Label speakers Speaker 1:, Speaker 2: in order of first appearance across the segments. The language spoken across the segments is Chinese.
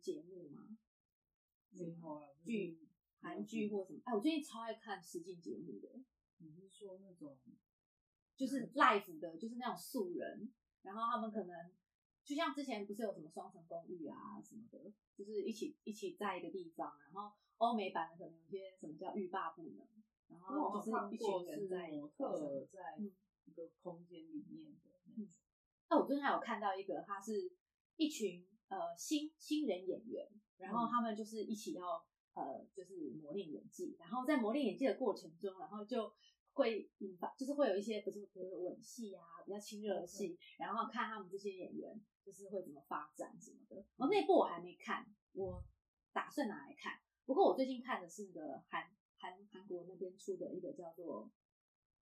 Speaker 1: 节目吗？
Speaker 2: 没有啊，就是
Speaker 1: 剧、韩剧或什么？哎，我最近超爱看实境节目的，
Speaker 2: 你是说那种
Speaker 1: 就是 life 的，就是那种素人，然后他们可能就像之前不是有什么双层公寓啊什么的，就是一起一起在一个地方，然后欧美版的可能有些什么叫欲罢不能，然后
Speaker 2: 我
Speaker 1: 就是嗯
Speaker 2: 看
Speaker 1: 一
Speaker 2: 过
Speaker 1: 群
Speaker 2: 哦是
Speaker 1: 人在
Speaker 2: 模特在一个空间里面的嗯那种，
Speaker 1: 那我最近还有看到一个，他是一群呃新新人演员，然后他们就是一起要呃就是磨练演技，然后在磨练演技的过程中，然后就会引发，就是会有一些不是比如说吻戏啊，比较亲热的戏，然后看他们这些演员就是会怎么发展什么的。然后那部我还没看，我打算拿来看。不过我最近看的是那个韩韩韩国那边出的一个叫做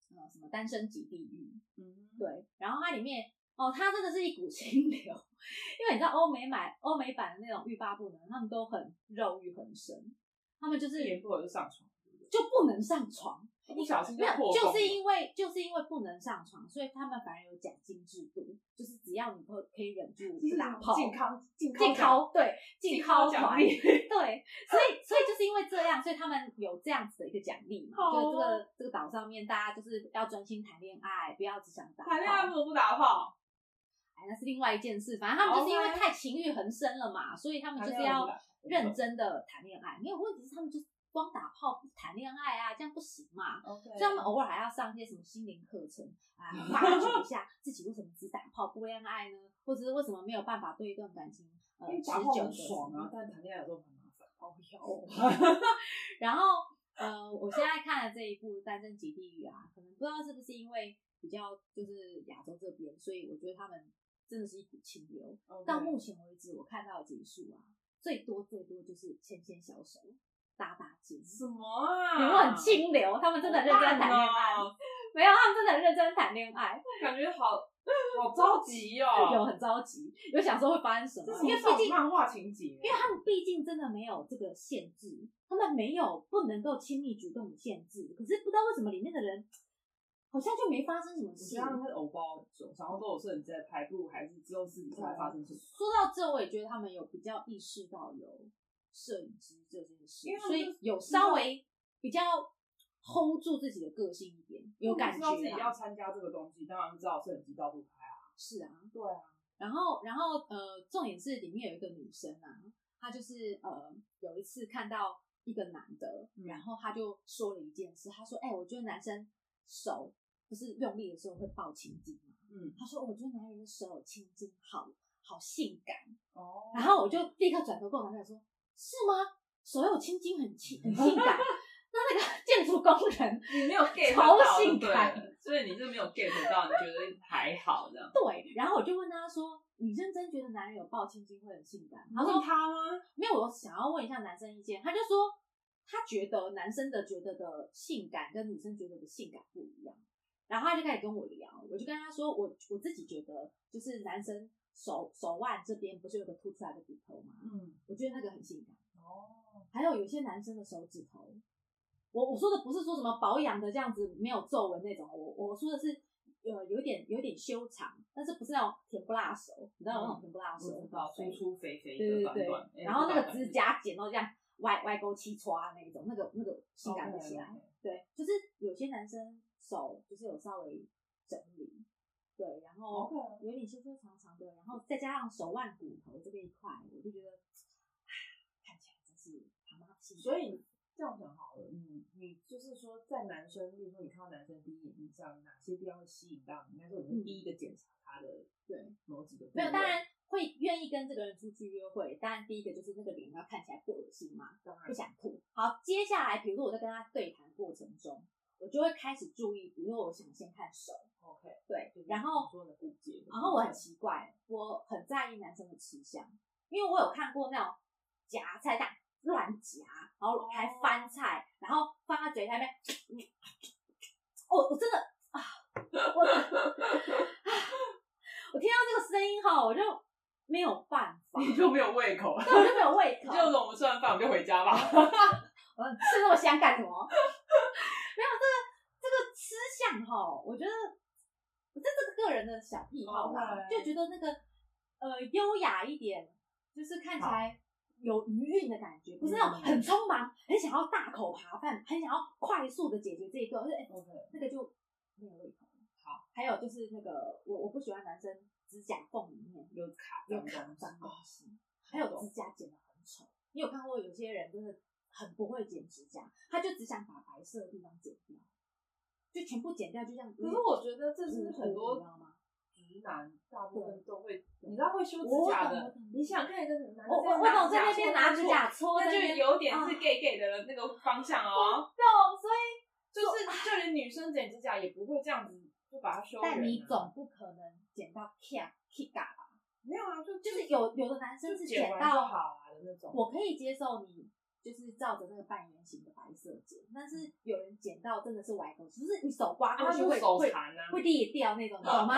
Speaker 1: 呃什么单身即地狱，
Speaker 2: 嗯，
Speaker 1: 对，然后它里面哦，它真的是一股 清流，因为你知道欧美买欧美版的那种欲罢不能，他们都很肉欲很深，他们就是
Speaker 2: 一言不合就上床，
Speaker 1: 就不能上床，
Speaker 2: 不小心就
Speaker 1: 没有，
Speaker 2: 破
Speaker 1: 就
Speaker 2: 功
Speaker 1: 是
Speaker 2: 了
Speaker 1: 因为就是因为不能上床，所以他们反而有奖金制度，就是只要你可可以忍住
Speaker 2: 就是
Speaker 1: 不打炮，
Speaker 2: 健康健
Speaker 1: 进
Speaker 2: 康
Speaker 1: 考对进考
Speaker 2: 奖
Speaker 1: 团
Speaker 2: 励
Speaker 1: 对，所以所以就是因为这样，所以他们有这样子的一个奖励嘛，
Speaker 2: 好
Speaker 1: 就是这
Speaker 2: 哦
Speaker 1: 个这个岛上面大家就是要专心谈恋爱，不要只想打
Speaker 2: 谈恋
Speaker 1: 炮
Speaker 2: 爱为什么不打炮？
Speaker 1: 哎，那是另外一件事。反正他们就是因为
Speaker 2: OK
Speaker 1: 太情欲横生了嘛，所以他们 就是
Speaker 2: 谈恋爱
Speaker 1: 要
Speaker 2: 不打
Speaker 1: 认真的谈恋爱。没有问题是他们就是光打炮不谈恋爱啊，这样不行嘛。
Speaker 2: ，OK，
Speaker 1: 所以他们偶尔还要上一些什么心灵课程啊，发掘一 下自己为什么只打炮不恋爱呢，或者是为什么没有办法对一段感情呃
Speaker 2: 因为
Speaker 1: 持
Speaker 2: 打
Speaker 1: 久
Speaker 2: 炮
Speaker 1: 的
Speaker 2: 很爽啊，但谈恋爱有时候很麻烦， 好
Speaker 1: 哦 然后呃，我现在看了这一部《单身即地狱》啊，可能不知道是不是因为比较就是亚洲这边，所以我觉得他们真的是一股清流。到
Speaker 2: 嗯
Speaker 1: 目前为止，我看到的集数啊，最多最多就是牵牵小手、搭搭肩，
Speaker 2: 什么啊？
Speaker 1: 有没有很清流？他们真的很认真谈恋爱，
Speaker 2: 好烂哦
Speaker 1: 没有，他们真的很认真谈恋爱，
Speaker 2: 感觉好好着 急
Speaker 1: 有
Speaker 2: 哦。
Speaker 1: 很着急，有想说会发生什
Speaker 2: 这
Speaker 1: 么
Speaker 2: 是，
Speaker 1: 因为
Speaker 2: 什
Speaker 1: 毕
Speaker 2: 么
Speaker 1: 竟
Speaker 2: 漫画情节啊？
Speaker 1: 因为他们毕竟真的没有这个限制，他们没有不能够亲密举动的限制。可是不知道为什么里面的人好像就没发生什么
Speaker 2: 我
Speaker 1: 事
Speaker 2: 觉得。他们是偶包走，然后都有摄影机在拍，不如还是之后私底下发生什么。
Speaker 1: 说到这，我也觉得他们有比较意识到有摄影机这件事
Speaker 2: 因为，他
Speaker 1: 所
Speaker 2: 们
Speaker 1: 以
Speaker 2: 就
Speaker 1: 有
Speaker 2: 知道
Speaker 1: 稍微比较 hold 住自己的个性一点，有感
Speaker 2: 知道自己
Speaker 1: 觉
Speaker 2: 要
Speaker 1: 啦。
Speaker 2: 参加这个东西，当然知道摄影机到处拍啊。
Speaker 1: 是啊，
Speaker 2: 对啊，
Speaker 1: 然后，然后呃，重点是里面有一个女生啊，她就是呃有一次看到一个男的，
Speaker 2: 嗯
Speaker 1: 然后她就说了一件事，她说：“哎、我觉得男生手不是用力的时候会抱青筋嘛。”
Speaker 2: 嗯，
Speaker 1: 她说：“我觉得男人的手有青筋好好性感。”
Speaker 2: 哦
Speaker 1: 然后我就立刻转头跟我男朋友说：“是吗？手有青筋很性很性感。”那那个建筑工人
Speaker 2: 你没有 get
Speaker 1: 超
Speaker 2: 到就
Speaker 1: 性
Speaker 2: 对了
Speaker 1: 感，
Speaker 2: 所以你是没有 get 到，你觉得还好这样？
Speaker 1: 对，然后我就问他说：“你认真觉得男人有抱青筋会很性感吗？”他说：“
Speaker 2: 问他吗？
Speaker 1: 没有，我想要问一下男生意见。他就说，他觉得男生的觉得的性感跟女生觉得的性感不一样。然后他就开始跟我聊，我就跟他说，我我自己觉得，就是男生手手腕这边不是有个凸出来的骨头吗？
Speaker 2: 嗯，
Speaker 1: 我觉得那个很性感。
Speaker 2: 哦，
Speaker 1: 还有有些男生的手指头，我我说的不是说什么保养的这样子没有皱纹那种，哦我我说的是。呃，有点有点修长，但是不是那种甜不辣手，你知道有那种甜不辣
Speaker 2: 嗯我
Speaker 1: 手，
Speaker 2: 知道，粗粗肥肥
Speaker 1: 对
Speaker 2: 的，
Speaker 1: 对
Speaker 2: 短
Speaker 1: 对
Speaker 2: 短，哎
Speaker 1: 然后那
Speaker 2: 不
Speaker 1: 个
Speaker 2: 短
Speaker 1: 指甲剪到这样歪歪勾七刷那一种，那个那个性感不起来。
Speaker 2: 哦 OK，OK
Speaker 1: 对，就是啊有些男生手就是有稍微整理，对，然后
Speaker 2: 哦 OK
Speaker 1: 有点修修长长的，然后再加上手腕骨头这边一块，我就觉得唉看起来真是他妈性感
Speaker 2: 所以这样讲好了，你你就是说，在男生，例如说你看到男生第一眼印象，哪些地方会吸引到你？应该说你会第一个检查他的
Speaker 1: 嗯对
Speaker 2: 某几个部
Speaker 1: 没
Speaker 2: 位
Speaker 1: 有，当然会愿意跟这个人出去约会，当然第一个就是那个脸要看起来不恶心嘛，
Speaker 2: 当然
Speaker 1: 不想吐。好，接下来比如说我在跟他对谈过程中，我就会开始注意，比如说我想先看手，
Speaker 2: OK，
Speaker 1: 对
Speaker 2: 就是，
Speaker 1: 然后
Speaker 2: 你说的骨节，
Speaker 1: 然后我很奇怪，我很在意男生的吃相，因为我有看过那种夹菜这样乱夹，然后还
Speaker 2: 哦
Speaker 1: 翻菜，然后放在嘴下面，嗯我、我真的啊，我我听到这个声音哈，我就没有办法，
Speaker 2: 你就没有胃口，
Speaker 1: 对，我就没有胃
Speaker 2: 你
Speaker 1: 口，
Speaker 2: 就说我们吃完饭我们就回家吧。
Speaker 1: 我吃那么香干什么？ 没有这个这个吃相哈，我觉得这这个个人的小癖好啦，
Speaker 2: OK
Speaker 1: 就觉得那个呃优雅一点，就是看起来有余韵的感觉，不是那种很匆忙，很想要大口扒饭，很想要快速的解决这一段，就是哎、
Speaker 2: OK，
Speaker 1: 那个就没有胃口。好，还有就是那个我我不喜欢男生指甲缝里面
Speaker 2: 有卡
Speaker 1: 有
Speaker 2: 脏
Speaker 1: 卡
Speaker 2: 东西
Speaker 1: 脏东西，哦还有指甲剪得很丑。你有看过有些人就是很不会剪指甲，他就只想把白色的地方剪掉，就全部剪掉，就这样。
Speaker 2: 可是我觉得这
Speaker 1: 就是
Speaker 2: 很
Speaker 1: 你知
Speaker 2: 多
Speaker 1: 道吗？
Speaker 2: 直男大部分
Speaker 1: 嗯对
Speaker 2: 都会，你知道会修指
Speaker 1: 我
Speaker 2: 甲
Speaker 1: 懂
Speaker 2: 的
Speaker 1: 我懂，
Speaker 2: 你想看一个男的
Speaker 1: 我我我
Speaker 2: 拿
Speaker 1: 懂
Speaker 2: 指
Speaker 1: 在
Speaker 2: 甲
Speaker 1: 那边
Speaker 2: 戳
Speaker 1: 拿指，甲搓，
Speaker 2: 那
Speaker 1: 在
Speaker 2: 就
Speaker 1: 边
Speaker 2: 有点
Speaker 1: 啊
Speaker 2: 是 gay gay 的那个方向哦。
Speaker 1: 懂，所以。
Speaker 2: 就是就连女生剪指甲也不会这样子就把它修圆啊、
Speaker 1: 但你总不可能剪到 k k 嘎吧？
Speaker 2: 没有啊，就
Speaker 1: 就是有有的男生
Speaker 2: 就是剪
Speaker 1: 剪
Speaker 2: 完就好
Speaker 1: 到，
Speaker 2: 啊的那种。
Speaker 1: 我可以接受你就是照着那个半圆形的白色剪，但是有人剪到真的是歪头，就是你手刮
Speaker 2: 啊
Speaker 1: 过
Speaker 2: 他
Speaker 1: 去
Speaker 2: 就
Speaker 1: 会
Speaker 2: 手
Speaker 1: 会
Speaker 2: 残啊，
Speaker 1: 会裂掉那种，你懂吗？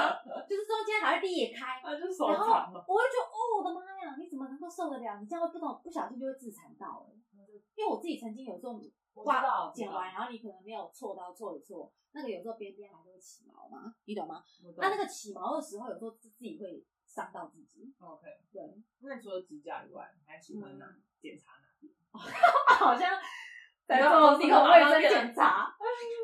Speaker 1: 就是中间还会裂开，
Speaker 2: 啊就是手
Speaker 1: 然后
Speaker 2: 残嘛。
Speaker 1: 我会觉得哦，我的妈呀，你怎么能够受得了？你这样会不懂不小心就会自残到哎、因为我自己曾经有这种
Speaker 2: 我知道
Speaker 1: 刮
Speaker 2: 我知
Speaker 1: 剪
Speaker 2: 道
Speaker 1: 完，然后你可能没有错刀错一错，那个有时候边边还是会起毛嘛，你懂吗？
Speaker 2: 我懂
Speaker 1: 啊那那个起毛的时候，有时候自己会伤到自己。
Speaker 2: OK，
Speaker 1: 对，
Speaker 2: 那你除了指甲以外，你还喜欢哪、
Speaker 1: 嗯
Speaker 2: 检查哪边？
Speaker 1: 好像在
Speaker 2: 你要
Speaker 1: 做
Speaker 2: 做
Speaker 1: 那
Speaker 2: 什么
Speaker 1: 个
Speaker 2: 马上
Speaker 1: 卫生
Speaker 2: 变
Speaker 1: 检查。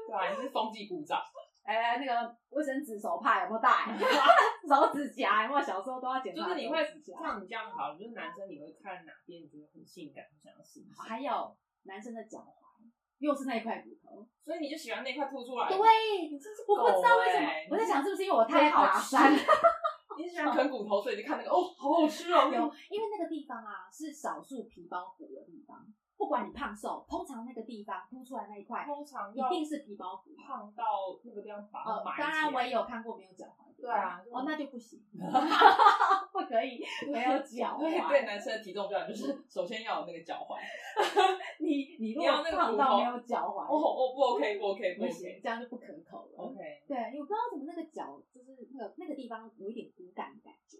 Speaker 2: 对啊，你是风纪鼓掌，
Speaker 1: 哎、那个卫生纸手帕有没有带？ 手指甲有没有？小时候都要检查
Speaker 2: 就
Speaker 1: 手
Speaker 2: 是
Speaker 1: 指
Speaker 2: 你
Speaker 1: 甲。
Speaker 2: 会像你这样好，就是男生你会看哪边你觉得很性感，很想要试一下，
Speaker 1: 还有男生的脚踝，又是那一块骨头。
Speaker 2: 所以你就喜欢那块凸出来的，
Speaker 1: 对，我不知道为什么
Speaker 2: 狗欸，
Speaker 1: 我在想是不是因为我太爬山
Speaker 2: 哦
Speaker 1: 了？
Speaker 2: 你是喜欢啃骨头，所以你就看那个哦，好好吃 哦，
Speaker 1: 有，因为那个地方啊是少数皮包骨的地方，不管你胖瘦，通常那个地方凸出来那一块
Speaker 2: 通常
Speaker 1: 一
Speaker 2: 要
Speaker 1: 定是皮包骨。
Speaker 2: 胖到那个地方把它
Speaker 1: 哦
Speaker 2: 埋，起来。
Speaker 1: 当然我也有看过没有脚踝的。
Speaker 2: 对啊
Speaker 1: 哦，那就不 行，不可以没有脚
Speaker 2: 对对，
Speaker 1: 踝。
Speaker 2: 男生的体重标准就是首先要有那个脚踝。
Speaker 1: 你你如
Speaker 2: 你要
Speaker 1: 果
Speaker 2: 那个
Speaker 1: 胖
Speaker 2: 骨
Speaker 1: 到
Speaker 2: 头
Speaker 1: 没有脚
Speaker 2: 哦
Speaker 1: 踝，
Speaker 2: 哦，不 OK，不 OK，不
Speaker 1: 不行，
Speaker 2: OK。
Speaker 1: 这样就不可口了。
Speaker 2: OK，
Speaker 1: 对，我不知道怎么那个脚就是那个那个地方有一点骨感的感觉，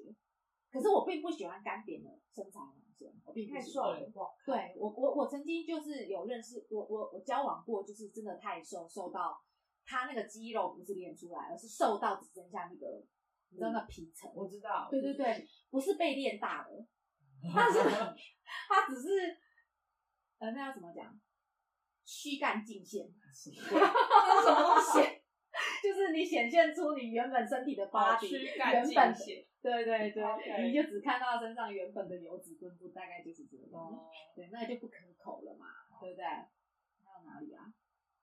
Speaker 1: 可是我并不喜欢干扁的身材男生，我并不
Speaker 2: 太
Speaker 1: 喜
Speaker 2: 瘦
Speaker 1: 欢
Speaker 2: 了，也不好看。
Speaker 1: 对我，我我曾经就是有认识我我我交往过，就是真的太瘦，瘦到他那个肌肉不是练出来，而是瘦到只剩下那个你知道那皮层。
Speaker 2: 我知道。
Speaker 1: 对对对，不是被练大 的，他是他只是呃，那要怎么讲？躯干尽现，
Speaker 2: 奇怪， 这是什么东 西？
Speaker 1: 就是你显现出你原本身体的 body，、
Speaker 2: 躯干
Speaker 1: 原
Speaker 2: 尽
Speaker 1: 本的
Speaker 2: 显。
Speaker 1: 对对对
Speaker 2: OK
Speaker 1: 你就只看到身上原本的油脂分布，大概就是这样。
Speaker 2: 哦，
Speaker 1: 对，那就不可口了嘛，对不对？还有哪里啊？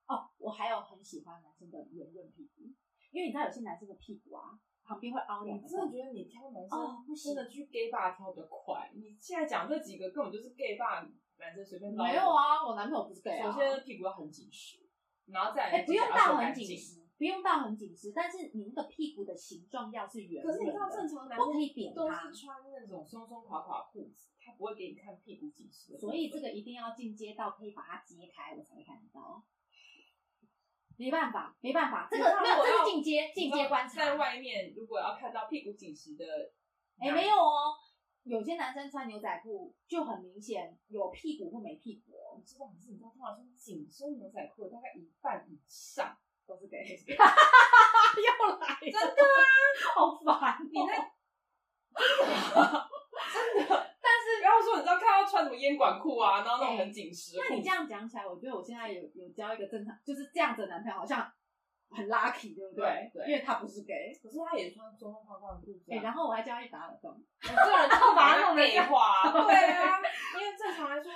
Speaker 1: 哦，我还有很喜欢男生的圆润屁股，因为你知道有些男生的屁股啊，旁边会凹两
Speaker 2: 哦你
Speaker 1: 个
Speaker 2: 真的
Speaker 1: 洞。
Speaker 2: 觉得你挑男
Speaker 1: 哦
Speaker 2: 生
Speaker 1: 不
Speaker 2: 真
Speaker 1: 行
Speaker 2: 的去 gay bar 挑比较快？你现在讲这几个根本就是 gay bar 男生随便捞。
Speaker 1: 没有，啊，我男朋友不是 gay 啊。
Speaker 2: 首先屁股要很紧实，然后再
Speaker 1: 哎、
Speaker 2: 来
Speaker 1: 不用
Speaker 2: 指甲要
Speaker 1: 到
Speaker 2: 修
Speaker 1: 很
Speaker 2: 干
Speaker 1: 紧
Speaker 2: 净。
Speaker 1: 实，不用到很紧实，但是你那个屁股的形状要是圆
Speaker 2: 可
Speaker 1: 润
Speaker 2: 是
Speaker 1: 的。
Speaker 2: 你知道正常男
Speaker 1: 不可以扁
Speaker 2: 生
Speaker 1: 他
Speaker 2: 都是穿那种松松垮垮的裤子，他不会给你看屁股紧实的部分。
Speaker 1: 所以这个一定要进阶到可以把它揭开，我才会看得到。哦没办法，没办法，这个
Speaker 2: 你知道
Speaker 1: 没有，
Speaker 2: 我
Speaker 1: 这
Speaker 2: 要
Speaker 1: 是进阶进阶观察。
Speaker 2: 在外面如果要看到屁股紧实的，
Speaker 1: 哎、没有哦，有些男生穿牛仔裤就很明显有屁股或没屁股哦，
Speaker 2: 我知道，可是你知道，通常穿紧身牛仔裤的大概一半以上都是 gay，
Speaker 1: 又来，真的啊，好烦、哦
Speaker 2: 你那
Speaker 1: 但是
Speaker 2: 不要说你知道看到穿什么烟管裤啊，然后那种很紧实的
Speaker 1: 哎
Speaker 2: 裤子，
Speaker 1: 那你这样讲起来，我觉得我现在有有交一个正常就是这样子的男朋友，好像很 lucky，对不
Speaker 2: 对对
Speaker 1: 因为他不是 gay。
Speaker 2: 可是他也穿中框框的裤子、
Speaker 1: 哎、然
Speaker 2: 啊，
Speaker 1: 后我还教他打耳洞。
Speaker 2: 我这人就
Speaker 1: 把
Speaker 2: 把
Speaker 1: 它
Speaker 2: 他
Speaker 1: 弄得这
Speaker 2: 美
Speaker 1: 样
Speaker 2: 化， 对啊，因为正常来说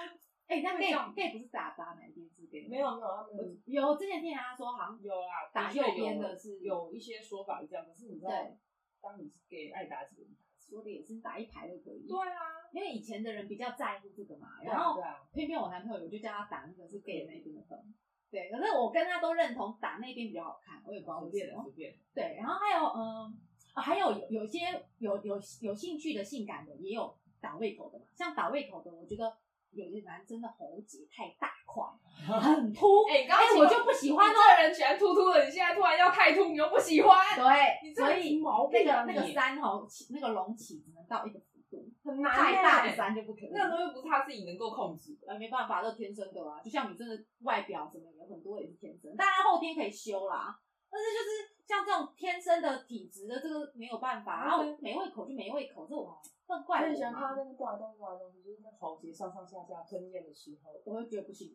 Speaker 1: 哎、那
Speaker 2: 会这
Speaker 1: gay
Speaker 2: 样
Speaker 1: gay 不是打打哪一边是 gay？
Speaker 2: 没有啊没有，他
Speaker 1: 我
Speaker 2: 们
Speaker 1: 有我之前听人家说好像
Speaker 2: 有啦，
Speaker 1: 打
Speaker 2: 的确
Speaker 1: 右边
Speaker 2: 有
Speaker 1: 的是
Speaker 2: 有一些说法是这样，可是你知道
Speaker 1: 对，
Speaker 2: 当你是 gay 爱打几个人打几
Speaker 1: 说的也是打一排就可以。
Speaker 2: 个，对啊，
Speaker 1: 因为以前的人比较在乎这个嘛，
Speaker 2: 对啊
Speaker 1: 然后
Speaker 2: 对啊，
Speaker 1: 偏偏我男朋友我就叫他打那个是 gay 的那一边的洞。对，可是我跟他都认同打那边比较好看，我也不知道
Speaker 2: 随
Speaker 1: 为
Speaker 2: 便
Speaker 1: 什
Speaker 2: 的
Speaker 1: 么。
Speaker 2: 随便的，
Speaker 1: 对，然后还有嗯、哦还有有有些有有有兴趣的性感的，也有打胃口的嘛。像打胃口的，我觉得有些男生的喉结太大块，很凸。
Speaker 2: 哎你刚
Speaker 1: 哎
Speaker 2: 刚
Speaker 1: 我
Speaker 2: 说
Speaker 1: 就不喜
Speaker 2: 你
Speaker 1: 欢哦。
Speaker 2: 这人喜欢秃秃的，你现在突然要太秃，你又不喜欢，
Speaker 1: 对，
Speaker 2: 你这
Speaker 1: 所
Speaker 2: 人
Speaker 1: 以
Speaker 2: 有毛
Speaker 1: 那
Speaker 2: 病啊
Speaker 1: 个那
Speaker 2: 你
Speaker 1: 个山吼起，那个隆起只能到一个幅度，
Speaker 2: 很难
Speaker 1: 太大的
Speaker 2: 欸
Speaker 1: 山就不可以。
Speaker 2: 那个东西不是他自己能够控制的。
Speaker 1: 呃，没办法，这天生的啊。就像你真的外表什么有很多也是天生，当然后天可以修啦。但是就是像这种天生的体质的，这个没有办法。然后
Speaker 2: 对
Speaker 1: 没胃口就没胃口，这种算
Speaker 2: 我
Speaker 1: 怪
Speaker 2: 很喜
Speaker 1: 我
Speaker 2: 欢看到
Speaker 1: 吗？
Speaker 2: 那个挂来动挂来动去，就是在喉结上上下下吞咽的时候，
Speaker 1: 我会觉得不行，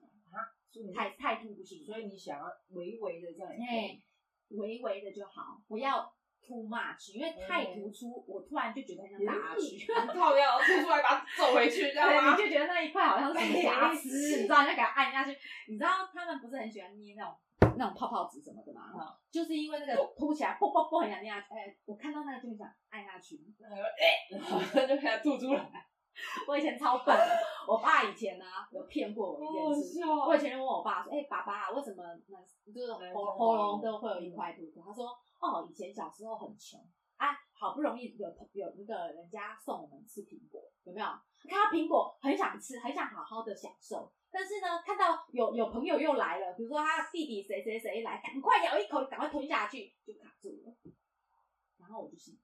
Speaker 2: 所以你
Speaker 1: 态态度不行，
Speaker 2: 所
Speaker 1: 所以
Speaker 2: 以你想要微微的这样也可以
Speaker 1: 哎，微微的就好，不要 too much，因为太
Speaker 2: 嗯
Speaker 1: 突出，我突然就觉得很想
Speaker 2: 嗯
Speaker 1: 打下 去。
Speaker 2: 靠要吐出来把它走回去，知道
Speaker 1: 对，啊
Speaker 2: 吗
Speaker 1: 你？就觉得那一块好像是什么瑕疵，你知道，你就给它按下去。你知道他们不是很喜欢捏那种那种泡泡纸什么的吗？
Speaker 2: 嗯
Speaker 1: 就是因为那个凸起来，啵啵啵很想捏下去。哎、我看到那个就很想按下去。
Speaker 2: 然后 哎，然后就给它吐出来，
Speaker 1: 我以前超笨的，我爸以前呢、有骗过我一件事。
Speaker 2: 笑哦
Speaker 1: 我以前就问我爸说：“哎、爸爸，为什么男就是
Speaker 2: 男
Speaker 1: 喉
Speaker 2: 生
Speaker 1: 喉咙嗯都会有一块凸出？”他说：“哦，以前小时候很穷，啊，好不容易有有那个人家送我们吃苹果，有没有？看到苹果很想吃，很想好好的享受。但是呢，看到有有朋友又来了，比如说他弟弟谁谁谁来，赶快咬一口，赶快吞下去，就卡住了。然后我就信了，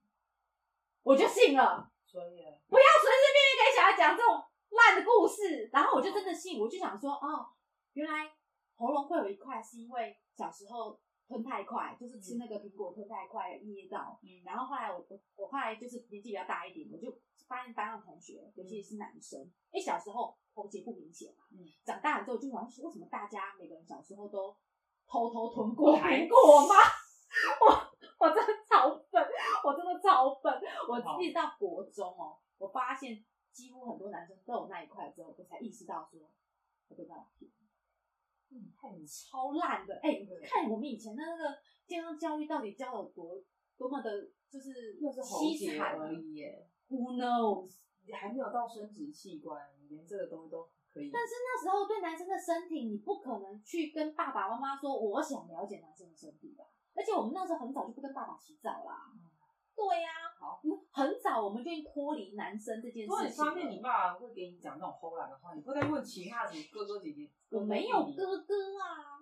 Speaker 1: 我就信了。”
Speaker 2: 所以啊
Speaker 1: 不要随随便便给小孩讲这种烂的故事。然后我就真的信，我就想说，哦，原来喉咙会有一块是因为小时候吞太快，就是吃那个苹果吞太快噎到。
Speaker 2: 嗯
Speaker 1: 然后后来我我我后来就是年纪比较大一点，我就发现班上同学，尤其是男生，因为小时候喉结不明显嘛，
Speaker 2: 嗯
Speaker 1: 长大了之后就想说，为什么大家每个人小时候都偷偷吞过
Speaker 2: 还
Speaker 1: 苹果吗？ 我我真的超笨，我真的超笨，我
Speaker 2: 好
Speaker 1: 一直到国中哦，我发现几乎很多男生都有那一块之后，我才意识到说，我被爸爸骗，
Speaker 2: 嗯，太明显
Speaker 1: 超烂的。哎、你
Speaker 2: 对
Speaker 1: 看我们以前的那个健康教育到底教有多多么的，就是
Speaker 2: 那是喉
Speaker 1: 凄
Speaker 2: 结
Speaker 1: 惨啊
Speaker 2: 而已耶，
Speaker 1: Who knows？
Speaker 2: 你还没有到生殖器官，你连这个东西都可以。
Speaker 1: 但是那时候对男生的身体，你不可能去跟爸爸妈妈说我想了解男生的身体吧。而且我们那时候很早就不跟爸爸洗澡啦。
Speaker 2: 嗯
Speaker 1: 对呀、
Speaker 2: 好，
Speaker 1: 嗯很早我们就已经脱离男生这件事情
Speaker 2: 如
Speaker 1: 了。
Speaker 2: 果你发现你爸会给你讲那种偷懒的话，你不该问其他什么哥哥姐姐。
Speaker 1: 我没有哥哥啊，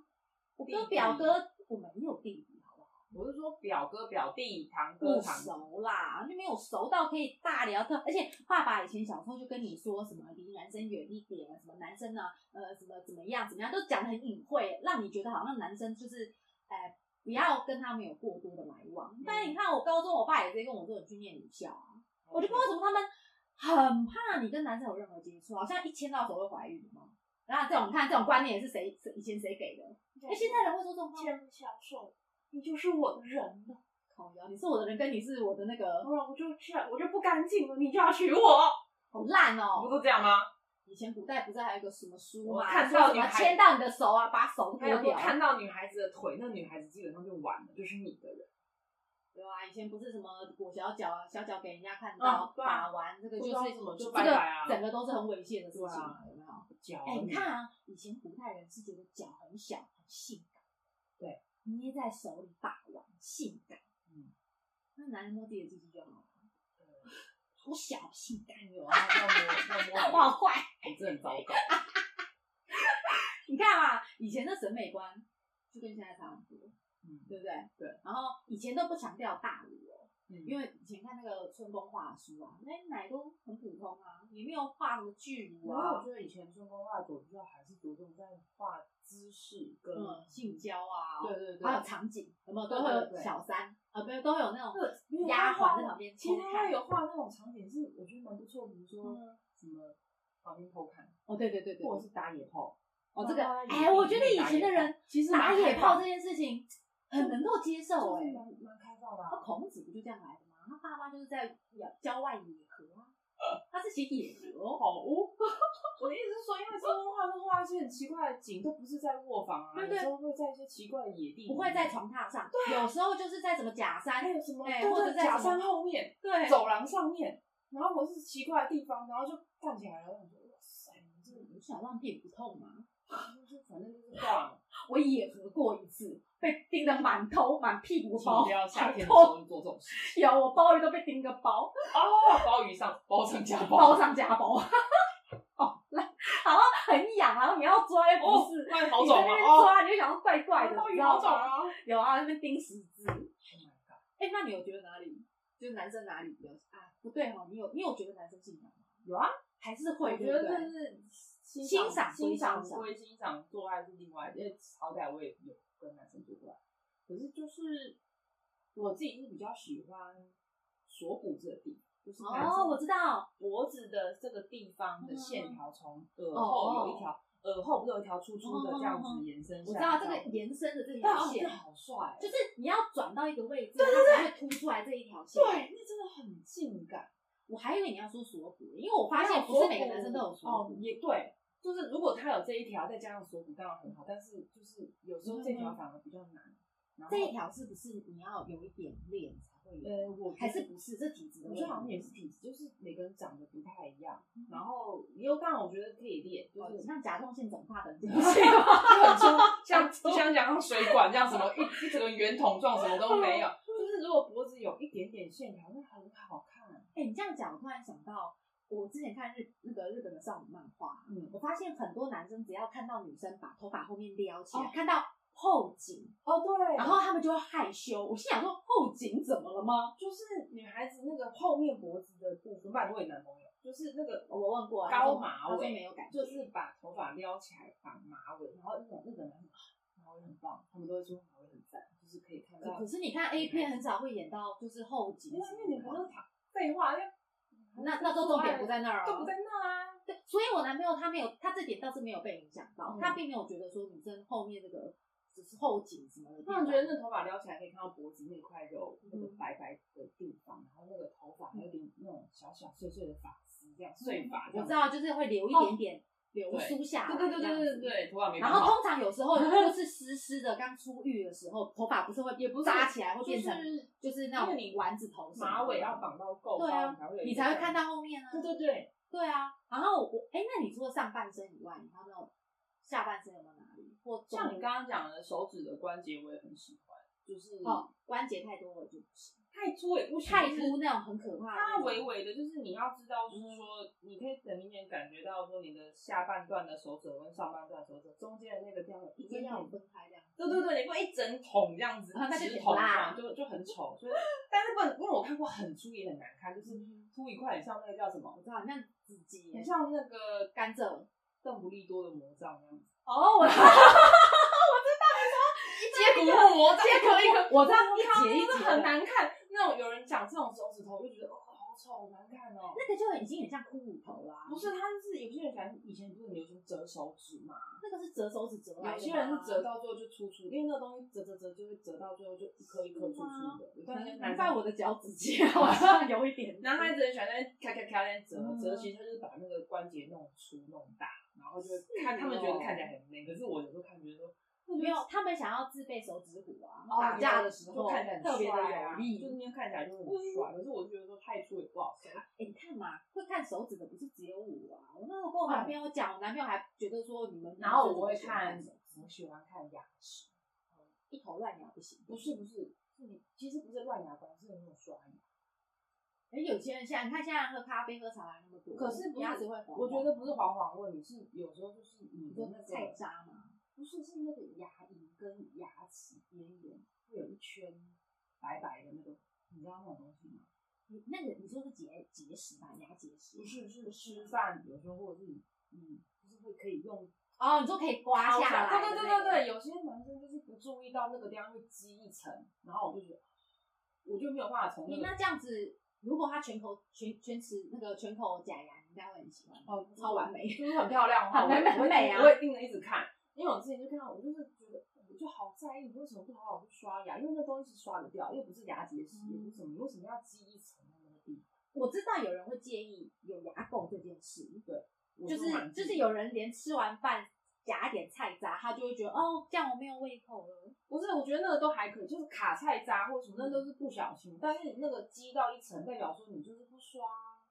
Speaker 1: 我
Speaker 2: 弟弟
Speaker 1: 跟表哥我没有弟弟，好不好？
Speaker 2: 我是说表哥、表弟、堂哥、
Speaker 1: 不
Speaker 2: 堂哥，
Speaker 1: 熟啦，就没有熟到可以大聊特。而且爸爸以前小时候就跟你说什么离男生远一点，啊什么男生呢、呃，什么怎么样怎么样，都讲的很隐晦，让你觉得好像男生就是，呃，不要跟他们有过多的来往。但你看我高中，我爸也直接跟我说你去念女校啊，我就不知道怎么他们很怕你跟男生有任何接触，好啊像一牵到手会怀孕嘛。然后这种你看这种观念是谁谁以前谁给的？哎、现在人会说这种话吗？
Speaker 3: 牵小手，你就是我的人了。
Speaker 1: 靠腰，你是我的人，跟你是我的那个，
Speaker 3: 不然我就是我就不干净了，你就要娶我。
Speaker 1: 好烂
Speaker 2: 你不
Speaker 1: 哦！
Speaker 2: 都这样吗？
Speaker 1: 以前古代不是还有一个什么书
Speaker 2: 我
Speaker 1: 吗？
Speaker 2: 看
Speaker 1: 说
Speaker 2: 到
Speaker 1: 什
Speaker 2: 你
Speaker 1: 么
Speaker 2: 还
Speaker 1: 牵到你的手啊，把手
Speaker 2: 还有
Speaker 1: 割
Speaker 2: 说
Speaker 1: 掉。
Speaker 2: 看到女孩子的腿，那女孩子基本上就完了，就是你的人。
Speaker 1: 有啊，以前不是什么裹小脚啊，小脚给人家看到
Speaker 2: 啊对啊
Speaker 1: 把玩，这个
Speaker 2: 不
Speaker 1: 就
Speaker 2: 知道
Speaker 1: 是
Speaker 2: 怎么就
Speaker 1: 这
Speaker 2: 拜
Speaker 1: 个
Speaker 2: 拜啊
Speaker 1: 整个都是很猥亵的事情
Speaker 2: 对啊
Speaker 1: 啊，有没有？
Speaker 2: 脚
Speaker 1: 哎，你
Speaker 2: 你
Speaker 1: 看啊，以前古代人是觉得脚很小，很性感，
Speaker 2: 对，
Speaker 1: 捏在手里把玩，性感。
Speaker 2: 嗯，
Speaker 1: 那男人摸自己的鸡鸡就好了，好小，性感，
Speaker 2: 有啊，要摸要
Speaker 1: 我
Speaker 2: 摸
Speaker 1: 好坏。
Speaker 2: 你，你这很糟糕。
Speaker 1: 你看嘛，以前的审美观就跟现在差很多，
Speaker 2: 嗯
Speaker 1: 对不对？
Speaker 2: 对。
Speaker 1: 然后以前都不强调大乳哦，
Speaker 2: 嗯，
Speaker 1: 因为以前看那个春宫画书啊，那奶都很普通啊，也没有画什么巨乳
Speaker 2: 然后我
Speaker 1: 啊，
Speaker 2: 觉得以前中国画主要还是着重在画姿势跟
Speaker 1: 嗯，性交啊，
Speaker 2: 对对对，
Speaker 1: 还有场景，有没有
Speaker 2: 对
Speaker 1: 都会
Speaker 2: 对对
Speaker 1: 有小三啊？没有，都会有那 种
Speaker 2: 对
Speaker 1: 丫鬟在旁边
Speaker 2: 其
Speaker 1: 偷
Speaker 2: 他
Speaker 1: 看。
Speaker 2: 有画那种场景是我觉得蛮不错，比如说
Speaker 1: 嗯
Speaker 2: 什么旁边偷看，
Speaker 1: 哦，对对对对，
Speaker 2: 或者是打野炮。
Speaker 1: 哦这个，
Speaker 2: 妈妈也
Speaker 1: 哎，我觉得以前的人
Speaker 2: 其实
Speaker 1: 打
Speaker 2: 蛮
Speaker 1: 野
Speaker 2: 开
Speaker 1: 炮
Speaker 2: 放
Speaker 1: 这件事情很能够接受
Speaker 2: 就
Speaker 1: 哎
Speaker 2: 是，蛮蛮开放的
Speaker 1: 那
Speaker 2: 啊。
Speaker 1: 孔子不就这样来的吗？他爸妈就是在野郊外野河啊，他是写野河哦。
Speaker 2: 好污！ 我的意思是说，因为中国画都画一些很奇怪的景，都不是在卧房啊，
Speaker 1: 对
Speaker 2: 有
Speaker 1: 对
Speaker 2: 时候会在一些奇怪的野地，
Speaker 1: 不会在，床榻上，有时候就是在什么假山
Speaker 2: 还，有什么
Speaker 1: 哎
Speaker 2: 对
Speaker 1: 或
Speaker 2: 对
Speaker 1: 者在
Speaker 2: 假
Speaker 1: 什么
Speaker 2: 山后面、
Speaker 1: 对，
Speaker 2: 走廊上面，然后我是奇怪的地方，然后就站起来了，我说哇塞，你这个
Speaker 1: 我想让屁股痛嘛。
Speaker 2: 就是反正就是画嘛。
Speaker 1: 我野合过一次，被叮得满头满屁股包，
Speaker 2: 不要夏
Speaker 1: 很
Speaker 2: 天的时
Speaker 1: 痛。
Speaker 2: 候做这种事。
Speaker 1: 有我包鱼都被叮个包，
Speaker 2: 哦，包鱼上包上加
Speaker 1: 包上加包。哦，那然后很痒，然后你要抓又不是，
Speaker 2: 那好
Speaker 1: 你在
Speaker 2: 肿
Speaker 1: 那
Speaker 2: 啊！
Speaker 1: 边
Speaker 2: 哦，
Speaker 1: 抓你就想要怪怪的，
Speaker 2: 包
Speaker 1: 你
Speaker 2: 鱼
Speaker 1: 知
Speaker 2: 好
Speaker 1: 道
Speaker 2: 肿
Speaker 1: 吗？
Speaker 2: 啊！Oh
Speaker 1: 有啊，那边叮十只。哎、那你有觉得哪里就是男生哪里比较啊？不对哦，你有你有觉得男生性感吗？
Speaker 2: 有啊，
Speaker 1: 还是会
Speaker 2: 我觉
Speaker 1: 对不
Speaker 2: 得
Speaker 1: 对
Speaker 2: 这是
Speaker 1: 欣赏
Speaker 2: 欣赏
Speaker 1: 欣赏
Speaker 2: 归欣赏，做爱是另外，因为好歹我也有跟男生做过爱，可是就是我自己是比较喜欢锁骨这个地方，就是男
Speaker 1: 哦，
Speaker 2: 生
Speaker 1: 我知道，
Speaker 2: 脖子的这个地方的线条从耳
Speaker 1: 哦嗯
Speaker 2: 后有一条，耳后不是有一条粗粗的这样子延伸
Speaker 1: 我
Speaker 2: 下
Speaker 1: 知
Speaker 2: 来，
Speaker 1: 道这个延伸的这
Speaker 2: 对
Speaker 1: 条
Speaker 2: 啊，
Speaker 1: 线
Speaker 2: 这，好帅，
Speaker 1: 就是你要转到一个位置，对对它才会凸出来这一条线。，
Speaker 2: 对，那真的很性感。
Speaker 1: 我还以为你要说锁骨，因为我发现不是每个男生都有锁
Speaker 2: 哦
Speaker 1: 骨，，
Speaker 2: 也对，就是如果他有这一条，再加上锁骨当然很好，但是就是有时候这条反而比较难。然后
Speaker 1: 嗯这一条是不是你要有一点练才会有？
Speaker 2: 呃，我觉得
Speaker 1: 还是不是？嗯这体质的
Speaker 2: 我
Speaker 1: 问
Speaker 2: 觉
Speaker 1: 题
Speaker 2: 得好像也是体质，就是每个人长得不太一样，然后也有当然我觉得可以练，就
Speaker 1: 哦
Speaker 2: 是
Speaker 1: 像甲状腺肿大的 人，
Speaker 2: 很粗，像
Speaker 1: 很粗
Speaker 2: 像讲像水管这样，什么一一整个圆筒状，什么都没有。就是如果脖子有一点点线条，那很好看。
Speaker 1: 哎、你这样讲，我突然想到，我之前看日那个日本的少女漫画，
Speaker 2: 嗯，
Speaker 1: 我发现很多男生只要看到女生把头发后面撩起来，
Speaker 2: 哦
Speaker 1: 看到后颈，
Speaker 2: 哦对
Speaker 1: 然
Speaker 2: 然
Speaker 1: 后
Speaker 2: 后
Speaker 1: 他们就会害羞。我心想说，后颈怎么了吗？
Speaker 2: 就是女孩子那个后面脖子的部分，不然我有男朋友，就是那个
Speaker 1: 我问过啊
Speaker 2: 高马
Speaker 1: 他说
Speaker 2: 尾
Speaker 1: 没有感觉
Speaker 2: 就是把头发撩起来绑马尾，然后那种日本人很马尾很棒，他们都会说马尾很赞，就是可以看
Speaker 1: 可
Speaker 2: 到。
Speaker 1: 可是你看 A 片很少会演到就是后颈
Speaker 2: 没
Speaker 1: 什
Speaker 2: 有
Speaker 1: 么的，
Speaker 2: 因为女孩子躺废话，要
Speaker 1: 那那都重点不在那儿
Speaker 2: 都不
Speaker 1: 哦。
Speaker 2: 在那啊。
Speaker 1: 对，所以我男朋友他没有，他这点倒是没有被影响到，
Speaker 2: 嗯
Speaker 1: 他并没有觉得说女生后面这个只是后颈什么的地
Speaker 2: 突
Speaker 1: 方。
Speaker 2: 然觉得那头发撩起来可以看到脖子那块肉，那个
Speaker 1: 嗯
Speaker 2: 白白的地方，然后那个头发还有点那种小小碎碎的发丝，这样碎发
Speaker 1: 嗯
Speaker 2: 这
Speaker 1: 我知
Speaker 2: 样子。
Speaker 1: 道，就是会留一点点流苏下来，
Speaker 2: 对对对
Speaker 1: 这样
Speaker 2: 对
Speaker 1: 子
Speaker 2: 对对。对，头发没
Speaker 1: 然
Speaker 2: 办
Speaker 1: 后
Speaker 2: 法。
Speaker 1: 通常有时候就是湿湿的，刚出狱的时候，头发不是会也
Speaker 2: 不是
Speaker 1: 扎起来，会
Speaker 2: 就
Speaker 1: 变成
Speaker 2: 是
Speaker 1: 就是那
Speaker 2: 因
Speaker 1: 种
Speaker 2: 为你
Speaker 1: 丸子头什么的
Speaker 2: 马尾要绑到够高，
Speaker 1: 对啊
Speaker 2: 你才会有一
Speaker 1: 你
Speaker 2: 个
Speaker 1: 才会看。到后面啊。
Speaker 2: 对对对，
Speaker 1: 对啊，然后我哎，那你除了上半身以外，你还有没有下半身有没有哪里或中
Speaker 2: 像你刚刚讲的手指的关节，我也很喜欢，就是
Speaker 1: 哦关节太多我就不行，
Speaker 2: 太粗也不行，
Speaker 1: 太
Speaker 2: 就是
Speaker 1: 粗那种很可怕的那嗯
Speaker 2: 嗯它
Speaker 1: 种。
Speaker 2: 微微的，就是你要知道，就是说，你可以很明显感觉到说，你的下半段的手指跟上半段的手指中间的那个地方有一
Speaker 1: 一
Speaker 2: 点
Speaker 1: 定
Speaker 2: 点
Speaker 1: 要分开这样。
Speaker 2: 对对对，你不能一整桶这样子
Speaker 1: 啊那就
Speaker 2: 直
Speaker 1: 挺
Speaker 2: 筒这
Speaker 1: 辣
Speaker 2: 样，就就很丑。所以，但是不能，因为我看过很粗也很难看，就是
Speaker 1: 嗯
Speaker 2: 粗一块，很像那个叫什么
Speaker 1: 我，知道，像子集
Speaker 2: 很像那个
Speaker 1: 甘蔗。
Speaker 2: 邓布利多的魔杖那样子，
Speaker 1: 哦，我知道，
Speaker 2: 接骨木啊魔杖，
Speaker 1: 接可以，我知道一节一节
Speaker 2: 真的
Speaker 1: 的
Speaker 2: 很难看。那种有人讲这种手指头，我就觉得哦，好丑，好难看哦。
Speaker 1: 那个就已经很像骷髅头啦、
Speaker 2: 不是，他就是有些人喜欢，以前不是很流行折手指嘛，
Speaker 1: 那个是折手指折来的吗
Speaker 2: 有些人是折，到最后就粗粗，因为那个东西折折折就会折到最后就一颗一颗粗粗的。有段时间
Speaker 1: 难
Speaker 2: 男
Speaker 1: 怪
Speaker 2: 生
Speaker 1: 我的脚趾甲好像有一点。
Speaker 2: 男孩子很喜欢在那边咔咔咔在折
Speaker 1: 嗯
Speaker 2: 折，其实他就是把那个关节弄粗弄大，然后就会看
Speaker 1: 是
Speaker 2: 他们觉
Speaker 1: 哦
Speaker 2: 得看起来很美，可是我有时候看觉得说
Speaker 1: 没有，他们想要自备手指骨啊，
Speaker 2: 哦
Speaker 1: 打架的时
Speaker 2: 就
Speaker 1: 候
Speaker 2: 看起来很
Speaker 1: 特别的
Speaker 2: 帅啊
Speaker 1: 有力。
Speaker 2: 就是那天看起来就很帅，可是我就觉得说太粗也不好看。
Speaker 1: 哎、你看嘛，会看手指的不是只有我啊。我那时候跟我男朋友讲，我男朋友还觉得说 你们
Speaker 2: 然后
Speaker 1: 女生
Speaker 2: 我会
Speaker 1: 怎么喜欢
Speaker 2: 看
Speaker 1: 手指，
Speaker 2: 我喜欢看牙齿，
Speaker 1: 一头乱咬不行。
Speaker 2: 不是不是，是你其实不是乱牙关，是你有刷牙。
Speaker 1: 哎、有些人现在你看现在喝咖啡喝茶来那么多，
Speaker 2: 可是不是
Speaker 1: 牙齿会黄黄。
Speaker 2: 我觉得不是黄黄问题，是有时候就是你
Speaker 1: 你
Speaker 2: 的
Speaker 1: 说
Speaker 2: 那
Speaker 1: 菜
Speaker 2: 个
Speaker 1: 渣嘛，
Speaker 2: 不是，是那个牙龈跟牙齿边缘会有一圈白白的那个，你知道那种东西吗？
Speaker 1: 你那个你说是结结石吧，牙结石
Speaker 2: 不是，是吃饭有时候或者是嗯，就是会可以用
Speaker 1: 哦，你说可以刮
Speaker 2: 掏
Speaker 1: 下来的那个，
Speaker 2: 对对对对对，有些男生就是不注意到那个地方会积一层，然后我就觉得我就没有办法从那
Speaker 1: 你
Speaker 2: 个
Speaker 1: 那这样子，如果他全口全全齿那个全口假牙，你应该会很喜欢，
Speaker 2: 哦
Speaker 1: 超完美。
Speaker 2: 就是很漂亮哈，
Speaker 1: 很美
Speaker 2: 我会
Speaker 1: 很美啊
Speaker 2: 我会盯着一直看，因为我之前就看到，我就是觉得我就好在意，你为什么不好好去刷牙？因为那东西是刷得掉，又不是牙结石，
Speaker 1: 嗯
Speaker 2: 也不是什么，你为什么要积一层在那个地方？
Speaker 1: 我知道有人会介意有牙垢这件事，
Speaker 2: 我
Speaker 1: 就是
Speaker 2: 蛮
Speaker 1: 就
Speaker 2: 介
Speaker 1: 是
Speaker 2: 意
Speaker 1: 有人连吃完饭夹一点菜渣，他就会觉得哦，这样我没有胃口了。
Speaker 2: 不是，我觉得那个都还可以，就是卡菜渣或什么，那都是不小心。但是你那个积到一层，代表说你就是不刷啊，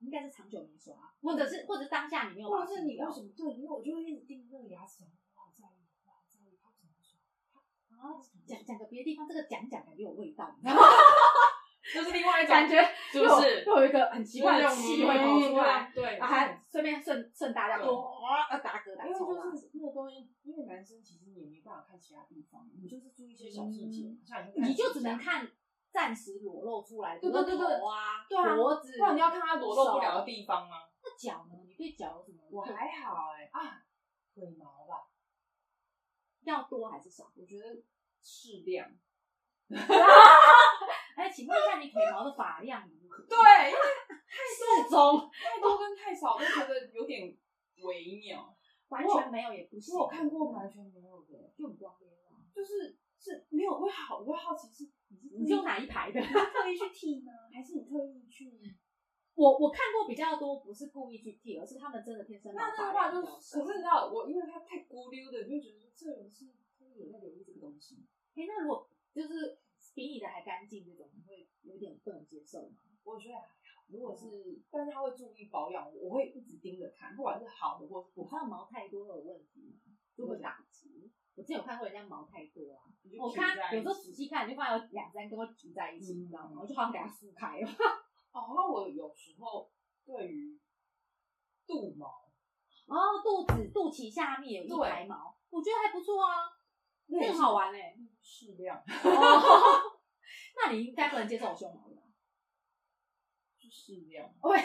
Speaker 1: 应该是长久没刷，或者是或者当下你没有把
Speaker 2: 或
Speaker 1: 它
Speaker 2: 者是
Speaker 1: 清
Speaker 2: 你
Speaker 1: 掉，
Speaker 2: 为什么对？因为我就会一直盯着那个牙齿，我好在意，我好在意，他为什么不刷？
Speaker 1: 啊讲讲个别的地方，这个讲讲感觉有味道，
Speaker 2: 就是另外
Speaker 1: 感觉
Speaker 2: 是不是
Speaker 1: 又有一个很奇怪的气味跑出来，，
Speaker 2: 对，
Speaker 1: 然后还顺便顺顺大家
Speaker 2: 对
Speaker 1: 说哇，要打嗝打
Speaker 2: 因为
Speaker 1: 嗝啦
Speaker 2: 就是那个东西，因为男生其实你也没办法看其他地方，你就是注意一些小细节嘛，像嗯你会看
Speaker 1: 你就
Speaker 2: 指
Speaker 1: 只
Speaker 2: 甲
Speaker 1: 能看暂时裸露出来的，
Speaker 2: 对对对对
Speaker 1: 头啊，
Speaker 2: 对啊
Speaker 1: 脖子，
Speaker 2: 不然你要看他裸露不了的
Speaker 1: 手。
Speaker 2: 地方啊吗？
Speaker 1: 那脚呢？你对脚有什么？
Speaker 2: 我还欸好哎、啊，腿毛吧，
Speaker 1: 要多还是少？
Speaker 2: 我觉得适量。
Speaker 1: 哎，请问一下，你腿毛的发量如何？
Speaker 2: 对，啊因为
Speaker 1: 适中，
Speaker 2: 太多跟太少都觉得有点微 妙。
Speaker 1: 完全没有也不
Speaker 2: 其
Speaker 1: 行。
Speaker 2: 实我看过完全没有的，
Speaker 1: 就很光溜啊。
Speaker 2: 就是是没有。我会好，我会好奇是你是
Speaker 1: 你用哪一排的？
Speaker 2: 特意去剃呢，还是你特意去？
Speaker 1: 我我看过比较多，不是故意去剃，而是他们真的天生
Speaker 2: 那这
Speaker 1: 毛发
Speaker 2: 的话
Speaker 1: 量
Speaker 2: 就
Speaker 1: 比
Speaker 2: 是，
Speaker 1: 较少
Speaker 2: 可是你知道，我因为他太孤溜的，就觉得这人是特意有在留意这个东西。
Speaker 1: 哎、那如果就是比你的还干净这种，你会有点不能接受吗？
Speaker 2: 我觉得还好，如果是，但是他会注意保养，我会一直盯着看，不管是好的或是不
Speaker 1: 我
Speaker 2: 好
Speaker 1: 知道毛太多会有问题吗？就会打结。我之前有看过人家毛太多啊，
Speaker 2: 的。
Speaker 1: 我看有时候仔细看，你就发现有两三根会聚在一起，
Speaker 2: 嗯
Speaker 1: 你知道吗？我就好像给它撕开了。
Speaker 2: 哦，那我有时候对于肚毛，
Speaker 1: 然后肚子肚脐下面有一
Speaker 2: 对
Speaker 1: 排毛，我觉得还不错啊，
Speaker 2: 那也
Speaker 1: 很
Speaker 2: 是
Speaker 1: 好玩 哎、
Speaker 2: 适量，
Speaker 1: 哦 那你应该不能接受我胸毛吧？
Speaker 2: 就适量。
Speaker 1: 喂，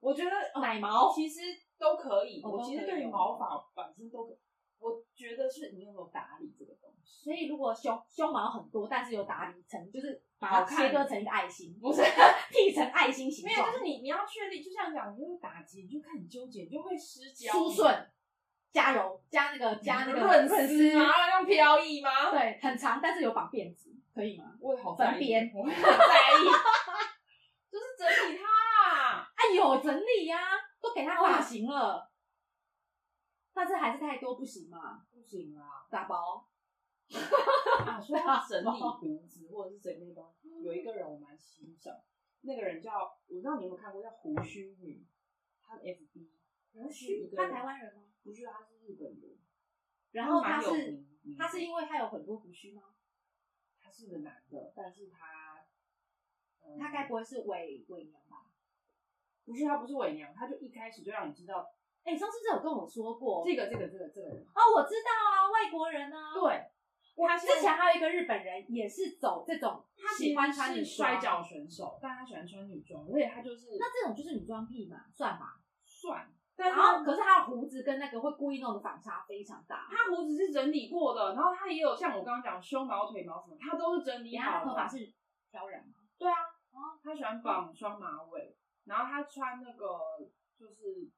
Speaker 2: 我觉得
Speaker 1: 哦奶毛
Speaker 2: 其实都可以，
Speaker 1: 哦
Speaker 2: 我
Speaker 1: 都
Speaker 2: 其实
Speaker 1: 可以
Speaker 2: 对于
Speaker 1: 哦
Speaker 2: 毛发本身都可以，我觉得是你有没有打理这个东西。
Speaker 1: 所以如果胸胸毛很多，但是有打理成，就是把它
Speaker 2: 好看
Speaker 1: 切割成一个爱心，不是剃成爱心形
Speaker 2: 没有，
Speaker 1: 状，
Speaker 2: 就是你你要确定，就像讲，你就是打结，你就看你纠结，你就会失焦，
Speaker 1: 梳顺、加柔、加那个加那个
Speaker 2: 嗯润丝吗？让飘逸吗？
Speaker 1: 对，很长，但是有绑辫子，可以吗？
Speaker 2: 我也好在
Speaker 1: 分
Speaker 2: 意
Speaker 1: 边，
Speaker 2: 我也好在意， 就是整理它啦。
Speaker 1: 啊，有整理呀、都给它发型了，但是还是太多不行嘛，
Speaker 2: 不行啊！
Speaker 1: 打薄。
Speaker 2: 啊，说到整理胡子或者是整理东西，有一个人我蛮欣赏，那个人叫我不知道你有没有看过，叫胡须女，她的 FB，她是一个
Speaker 1: 他台湾人吗？
Speaker 2: 不是，她是日本人，
Speaker 1: 然后
Speaker 2: 她
Speaker 1: 他
Speaker 2: 蛮有
Speaker 1: 是
Speaker 2: 名名的
Speaker 1: 他是因为他有很多胡须吗？
Speaker 2: 他是个男的，但是他，嗯
Speaker 1: 他该不会是伪伪娘吧？
Speaker 2: 不是他不是伪娘，他就一开始就让你知道
Speaker 1: 哎、上次这有跟我说过，
Speaker 2: 这个这个这个这个人，
Speaker 1: 哦，我知道啊，外国人啊，
Speaker 2: 对，
Speaker 1: 我
Speaker 2: 他
Speaker 1: 之
Speaker 2: 现在
Speaker 1: 前还有一个日本人也是走这种，
Speaker 2: 他
Speaker 1: 喜欢
Speaker 2: 其实
Speaker 1: 穿女
Speaker 2: 是摔
Speaker 1: 装，
Speaker 2: 跤选手，但他喜欢穿女装，而且他就是
Speaker 1: 那这种就是女装癖嘛，算吧。
Speaker 2: 算，但
Speaker 1: 然
Speaker 2: 是
Speaker 1: 后
Speaker 2: 他
Speaker 1: 可是他的胡子跟那个会故意弄的反差非常大，
Speaker 2: 他胡子是整理过的，然后他也有像我刚刚讲胸毛、腿毛什么，他都是整理
Speaker 1: 然后
Speaker 2: 好
Speaker 1: 他头发
Speaker 2: 的。
Speaker 1: 是挑染嘛，
Speaker 2: 对啊，
Speaker 1: 哦
Speaker 2: 他喜欢绑双马尾，然后他穿那个就是，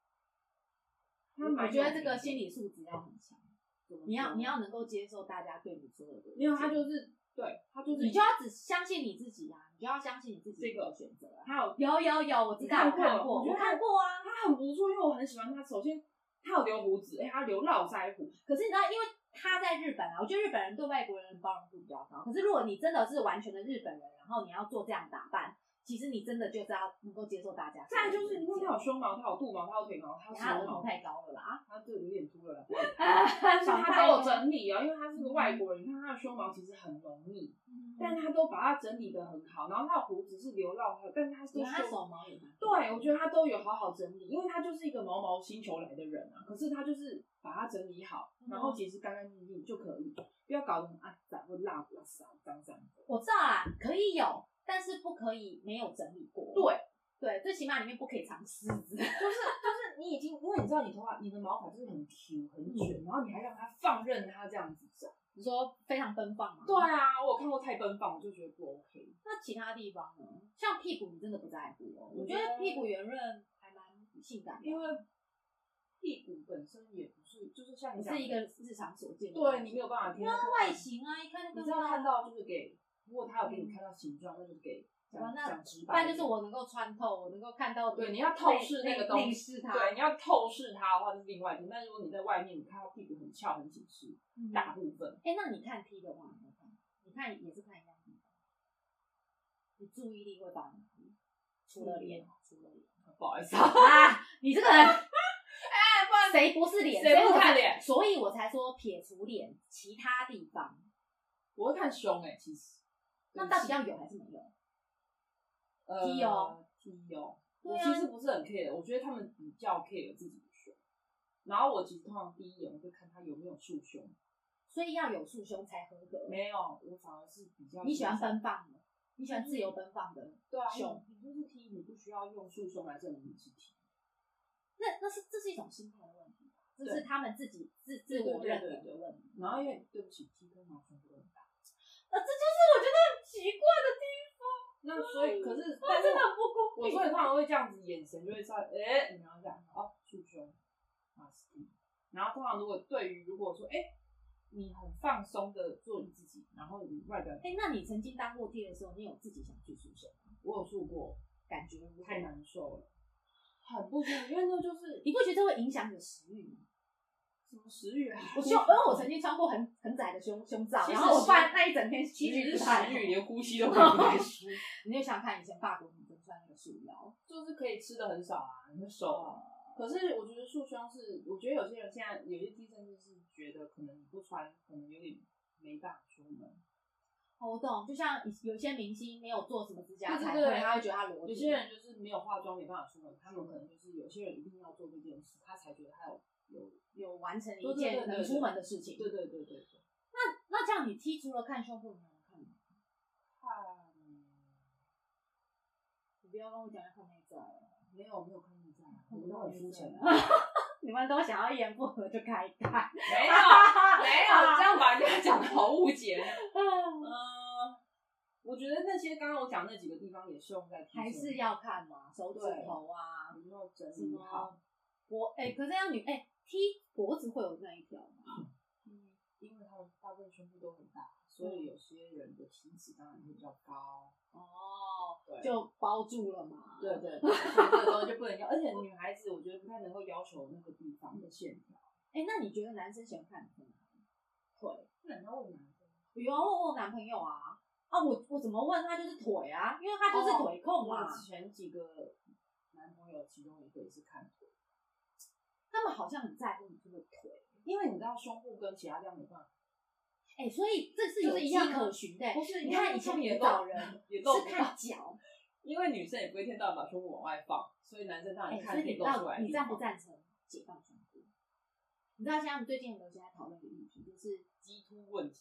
Speaker 2: 他蛮
Speaker 1: 我觉得这
Speaker 2: 有名的
Speaker 1: 个心理素质要很强，
Speaker 2: 怎么
Speaker 1: 你要
Speaker 2: 说
Speaker 1: 你要能够接受大家对你说的这个意见，
Speaker 2: 因为他就是对他就是
Speaker 1: 你就要只相信你自己啊，你就要相信你自己
Speaker 2: 这个
Speaker 1: 的选择啊。
Speaker 2: 他有
Speaker 1: 有有有，我知道，我
Speaker 2: 你看过
Speaker 1: 看过，
Speaker 2: 我觉
Speaker 1: 我
Speaker 2: 得他
Speaker 1: 看过啊。
Speaker 2: 他很不错，因为我很喜欢他。首先他有留胡子，哎、他留络腮胡，
Speaker 1: 可是你知道，因为他在日本啊，我觉得日本人对外国人的包容度比较高。可是如果你真的是完全的日本人，然后你要做这样打扮，其实你真的就是要能够接受大家。
Speaker 2: 再来就是因为他有胸毛，他有肚毛，他有腿毛，他有
Speaker 1: 他额
Speaker 2: 手
Speaker 1: 头
Speaker 2: 毛，
Speaker 1: 太高了 啦，
Speaker 2: 他就有点秃了啦。
Speaker 1: 但
Speaker 2: 但是他都有整理哦，因为他是个外国人，你看他的胸毛其实很浓密，嗯
Speaker 1: 嗯
Speaker 2: 但他都把它整理的很好，然后他的胡子是留络腮，但是他是
Speaker 1: 有他
Speaker 2: 修
Speaker 1: 手毛也蛮多
Speaker 2: 对，我觉得他都有好好整理，因为他就是一个毛毛星球来的人啊。可是他就是把它整理好，然后其实干干净净就可以，不要搞得很肮脏或蜡不要脏脏脏的。
Speaker 1: 我知道啦，可以有，但是不可以没有整理过。
Speaker 2: 对，
Speaker 1: 对，最起码里面不可以藏虱子。
Speaker 2: 就是你已经，因为你知道你头发、你的毛发就是很 Q 很卷，然后你还让它放任它这样子长。
Speaker 1: 你说非常奔放吗？
Speaker 2: 对。啊，我有看过太奔放，我就觉得不 OK。
Speaker 1: 那其他地方呢？像屁股，你真的不在乎哦。我觉得
Speaker 2: 我觉得
Speaker 1: 屁股圆润还蛮性感的，
Speaker 2: 嗯因为屁股本身也不是，就是像
Speaker 1: 不
Speaker 2: 你讲的
Speaker 1: 是一个日常所见的东西。
Speaker 2: 对你没有办法听
Speaker 1: 因为外形啊，一看就
Speaker 2: 你
Speaker 1: 看
Speaker 2: 知
Speaker 1: 不
Speaker 2: 道看
Speaker 1: 到。
Speaker 2: 到就是给，如果他有给你看到形状，那就是给
Speaker 1: 哇
Speaker 2: 讲
Speaker 1: 那
Speaker 2: 讲直
Speaker 1: 不
Speaker 2: 白一
Speaker 1: 然
Speaker 2: 点，
Speaker 1: 就是我能够穿透，我能够看到。
Speaker 2: 对你要透视那个东西
Speaker 1: 内视它。
Speaker 2: 对你要透视它的话就是另外一点，但是如果你在外面，你看到屁股很翘很紧实，
Speaker 1: 嗯
Speaker 2: 大部分
Speaker 1: 哎，那你看 P 的话，你看，你看也是看一样地方，你注意力会到哪里？除了
Speaker 2: 哦
Speaker 1: 脸，除了脸。
Speaker 2: 不好意思，
Speaker 1: 啊，你这个 人，谁不是脸？
Speaker 2: 哎
Speaker 1: 所
Speaker 2: 谁不
Speaker 1: 以我才
Speaker 2: 看脸
Speaker 1: 所以我才说撇除脸，其他地方，
Speaker 2: 我会看胸哎、其实
Speaker 1: 那到底要有还是没有？
Speaker 2: 呃
Speaker 1: 踢哦
Speaker 2: 踢哦，
Speaker 1: 对
Speaker 2: 我
Speaker 1: 啊
Speaker 2: 其实不是很 care，我觉得他们比较 care 自己的胸，然后我其实通常第一眼我会看他有没有束胸，
Speaker 1: 所以要有束胸才合格。
Speaker 2: 没有，我反而是比较
Speaker 1: 你喜欢奔放的，你喜欢自由
Speaker 2: 嗯
Speaker 1: 奔放的，
Speaker 2: 对啊，
Speaker 1: 胸
Speaker 2: 你就是踢，你不需要用束胸来证明你是踢。
Speaker 1: 那那是这是一种心态的问题吧，这
Speaker 2: 对
Speaker 1: 是他们自己自
Speaker 2: 对
Speaker 1: 自
Speaker 2: 对
Speaker 1: 我
Speaker 2: 对
Speaker 1: 认
Speaker 2: 对
Speaker 1: 同
Speaker 2: 对
Speaker 1: 的问题。
Speaker 2: 然后因为对不起，踢跟毛胸都很大，
Speaker 1: 啊，这就是我觉得很奇怪的地
Speaker 2: 那所以可是，
Speaker 1: 方，啊
Speaker 2: 但是
Speaker 1: 真的很不公
Speaker 2: 我
Speaker 1: 平。
Speaker 2: 说你通常会这样子，眼神就会稍微，哎、你要这样，哦，束胸，马斯克。然后通常如果对于如果说，哎、你很放松的做你自己，然后你外表，
Speaker 1: 哎、那你曾经当过爹的时候，你有自己想去宿舍吗？
Speaker 2: 我有住过，
Speaker 1: 感觉如何
Speaker 2: 太，难受了，很不舒服，因为那就是
Speaker 1: 你不觉得这会影响你的食欲吗？
Speaker 2: 什么食欲啊，
Speaker 1: 我胸，因为我曾经穿过很很窄的胸胸罩，
Speaker 2: 其实
Speaker 1: 然后我发现那一整天
Speaker 2: 其
Speaker 1: 食
Speaker 2: 实
Speaker 1: 欲
Speaker 2: 是
Speaker 1: 不太好
Speaker 2: 食欲，连呼吸都 不太舒服，
Speaker 1: 你就想看以前法国女生穿那个束腰，
Speaker 2: 就是可以吃的很少啊，你的手
Speaker 1: 哦
Speaker 2: 啊。可是我觉得束胸是，我觉得有些人现在有些低甚至是觉得可能你不穿，可能有点没办法出门。
Speaker 1: 哦，我懂，就像以有些明星没有做什么指甲
Speaker 2: 对
Speaker 1: 彩
Speaker 2: 对
Speaker 1: 绘，
Speaker 2: 对
Speaker 1: 他会觉得他裸体。
Speaker 2: 有些人就是没有化妆没办法出门，他们可能就是有些人一定要做这件事，他才觉得他有有。
Speaker 1: 有完成
Speaker 2: 对
Speaker 1: 一
Speaker 2: 对对
Speaker 1: 件
Speaker 2: 对
Speaker 1: 能出门的事情。
Speaker 2: 对对对对对，
Speaker 1: 那那这样你剔除了看胸部，你还能看吗？
Speaker 2: 看
Speaker 1: 你不要跟我讲要看内在，
Speaker 2: 没有没有看内 在啊，我
Speaker 1: 我
Speaker 2: 们
Speaker 1: 们
Speaker 2: 都
Speaker 1: 都
Speaker 2: 很
Speaker 1: 很
Speaker 2: 肤
Speaker 1: 肤
Speaker 2: 浅
Speaker 1: 浅
Speaker 2: 的
Speaker 1: 啊。 你们都想要一言不合就开 干。
Speaker 2: 没有没有，这样把人家讲的好误解。 嗯、我觉得那些刚刚我讲那几个地方也适用在提升
Speaker 1: 还是要看嘛，手指头啊
Speaker 2: 有，没有整
Speaker 1: 什
Speaker 2: 理嗯好，
Speaker 1: 么脖哎、可是要女哎、踢脖子会有那一条吗？
Speaker 2: 嗯，因为他们大部分胸部都很大，所以有些人的体脂当然会比较高。
Speaker 1: 哦，
Speaker 2: 对
Speaker 1: 就包住了嘛。
Speaker 2: 对对对，所以这个东西就不能要，而且女孩子我觉得不太能够要求那个地方的线条。
Speaker 1: 哎、那你觉得男生喜欢看你吗？腿？
Speaker 2: 那你要问男生，
Speaker 1: 有啊，问我男朋友啊。啊，我我怎么问他就是腿啊，因为他就是
Speaker 2: 哦
Speaker 1: 腿控嘛。
Speaker 2: 我前几个男朋友其中一个也是看腿，
Speaker 1: 他们好像很在乎你这个腿，
Speaker 2: 因为你知道胸部跟其他地方没办法，
Speaker 1: 哎、所以这是有
Speaker 2: 有迹
Speaker 1: 迹可
Speaker 2: 可
Speaker 1: 循的、
Speaker 2: 是
Speaker 1: 你看以前
Speaker 2: 也
Speaker 1: 也
Speaker 2: 露
Speaker 1: 找人
Speaker 2: 也啊露
Speaker 1: 是
Speaker 2: 不
Speaker 1: 看
Speaker 2: 到，
Speaker 1: 脚。
Speaker 2: 因为女生也不会一天到晚把胸部往外放，所以男生当
Speaker 1: 哎、
Speaker 2: 然
Speaker 1: 所
Speaker 2: 看
Speaker 1: 以你
Speaker 2: 露出来
Speaker 1: 到
Speaker 2: 的
Speaker 1: 你
Speaker 2: 地
Speaker 1: 赞不
Speaker 2: 方。
Speaker 1: 赞成解放胸部？你知道现在我们最近很流行在讨论一个议题，就是
Speaker 2: 激突问题，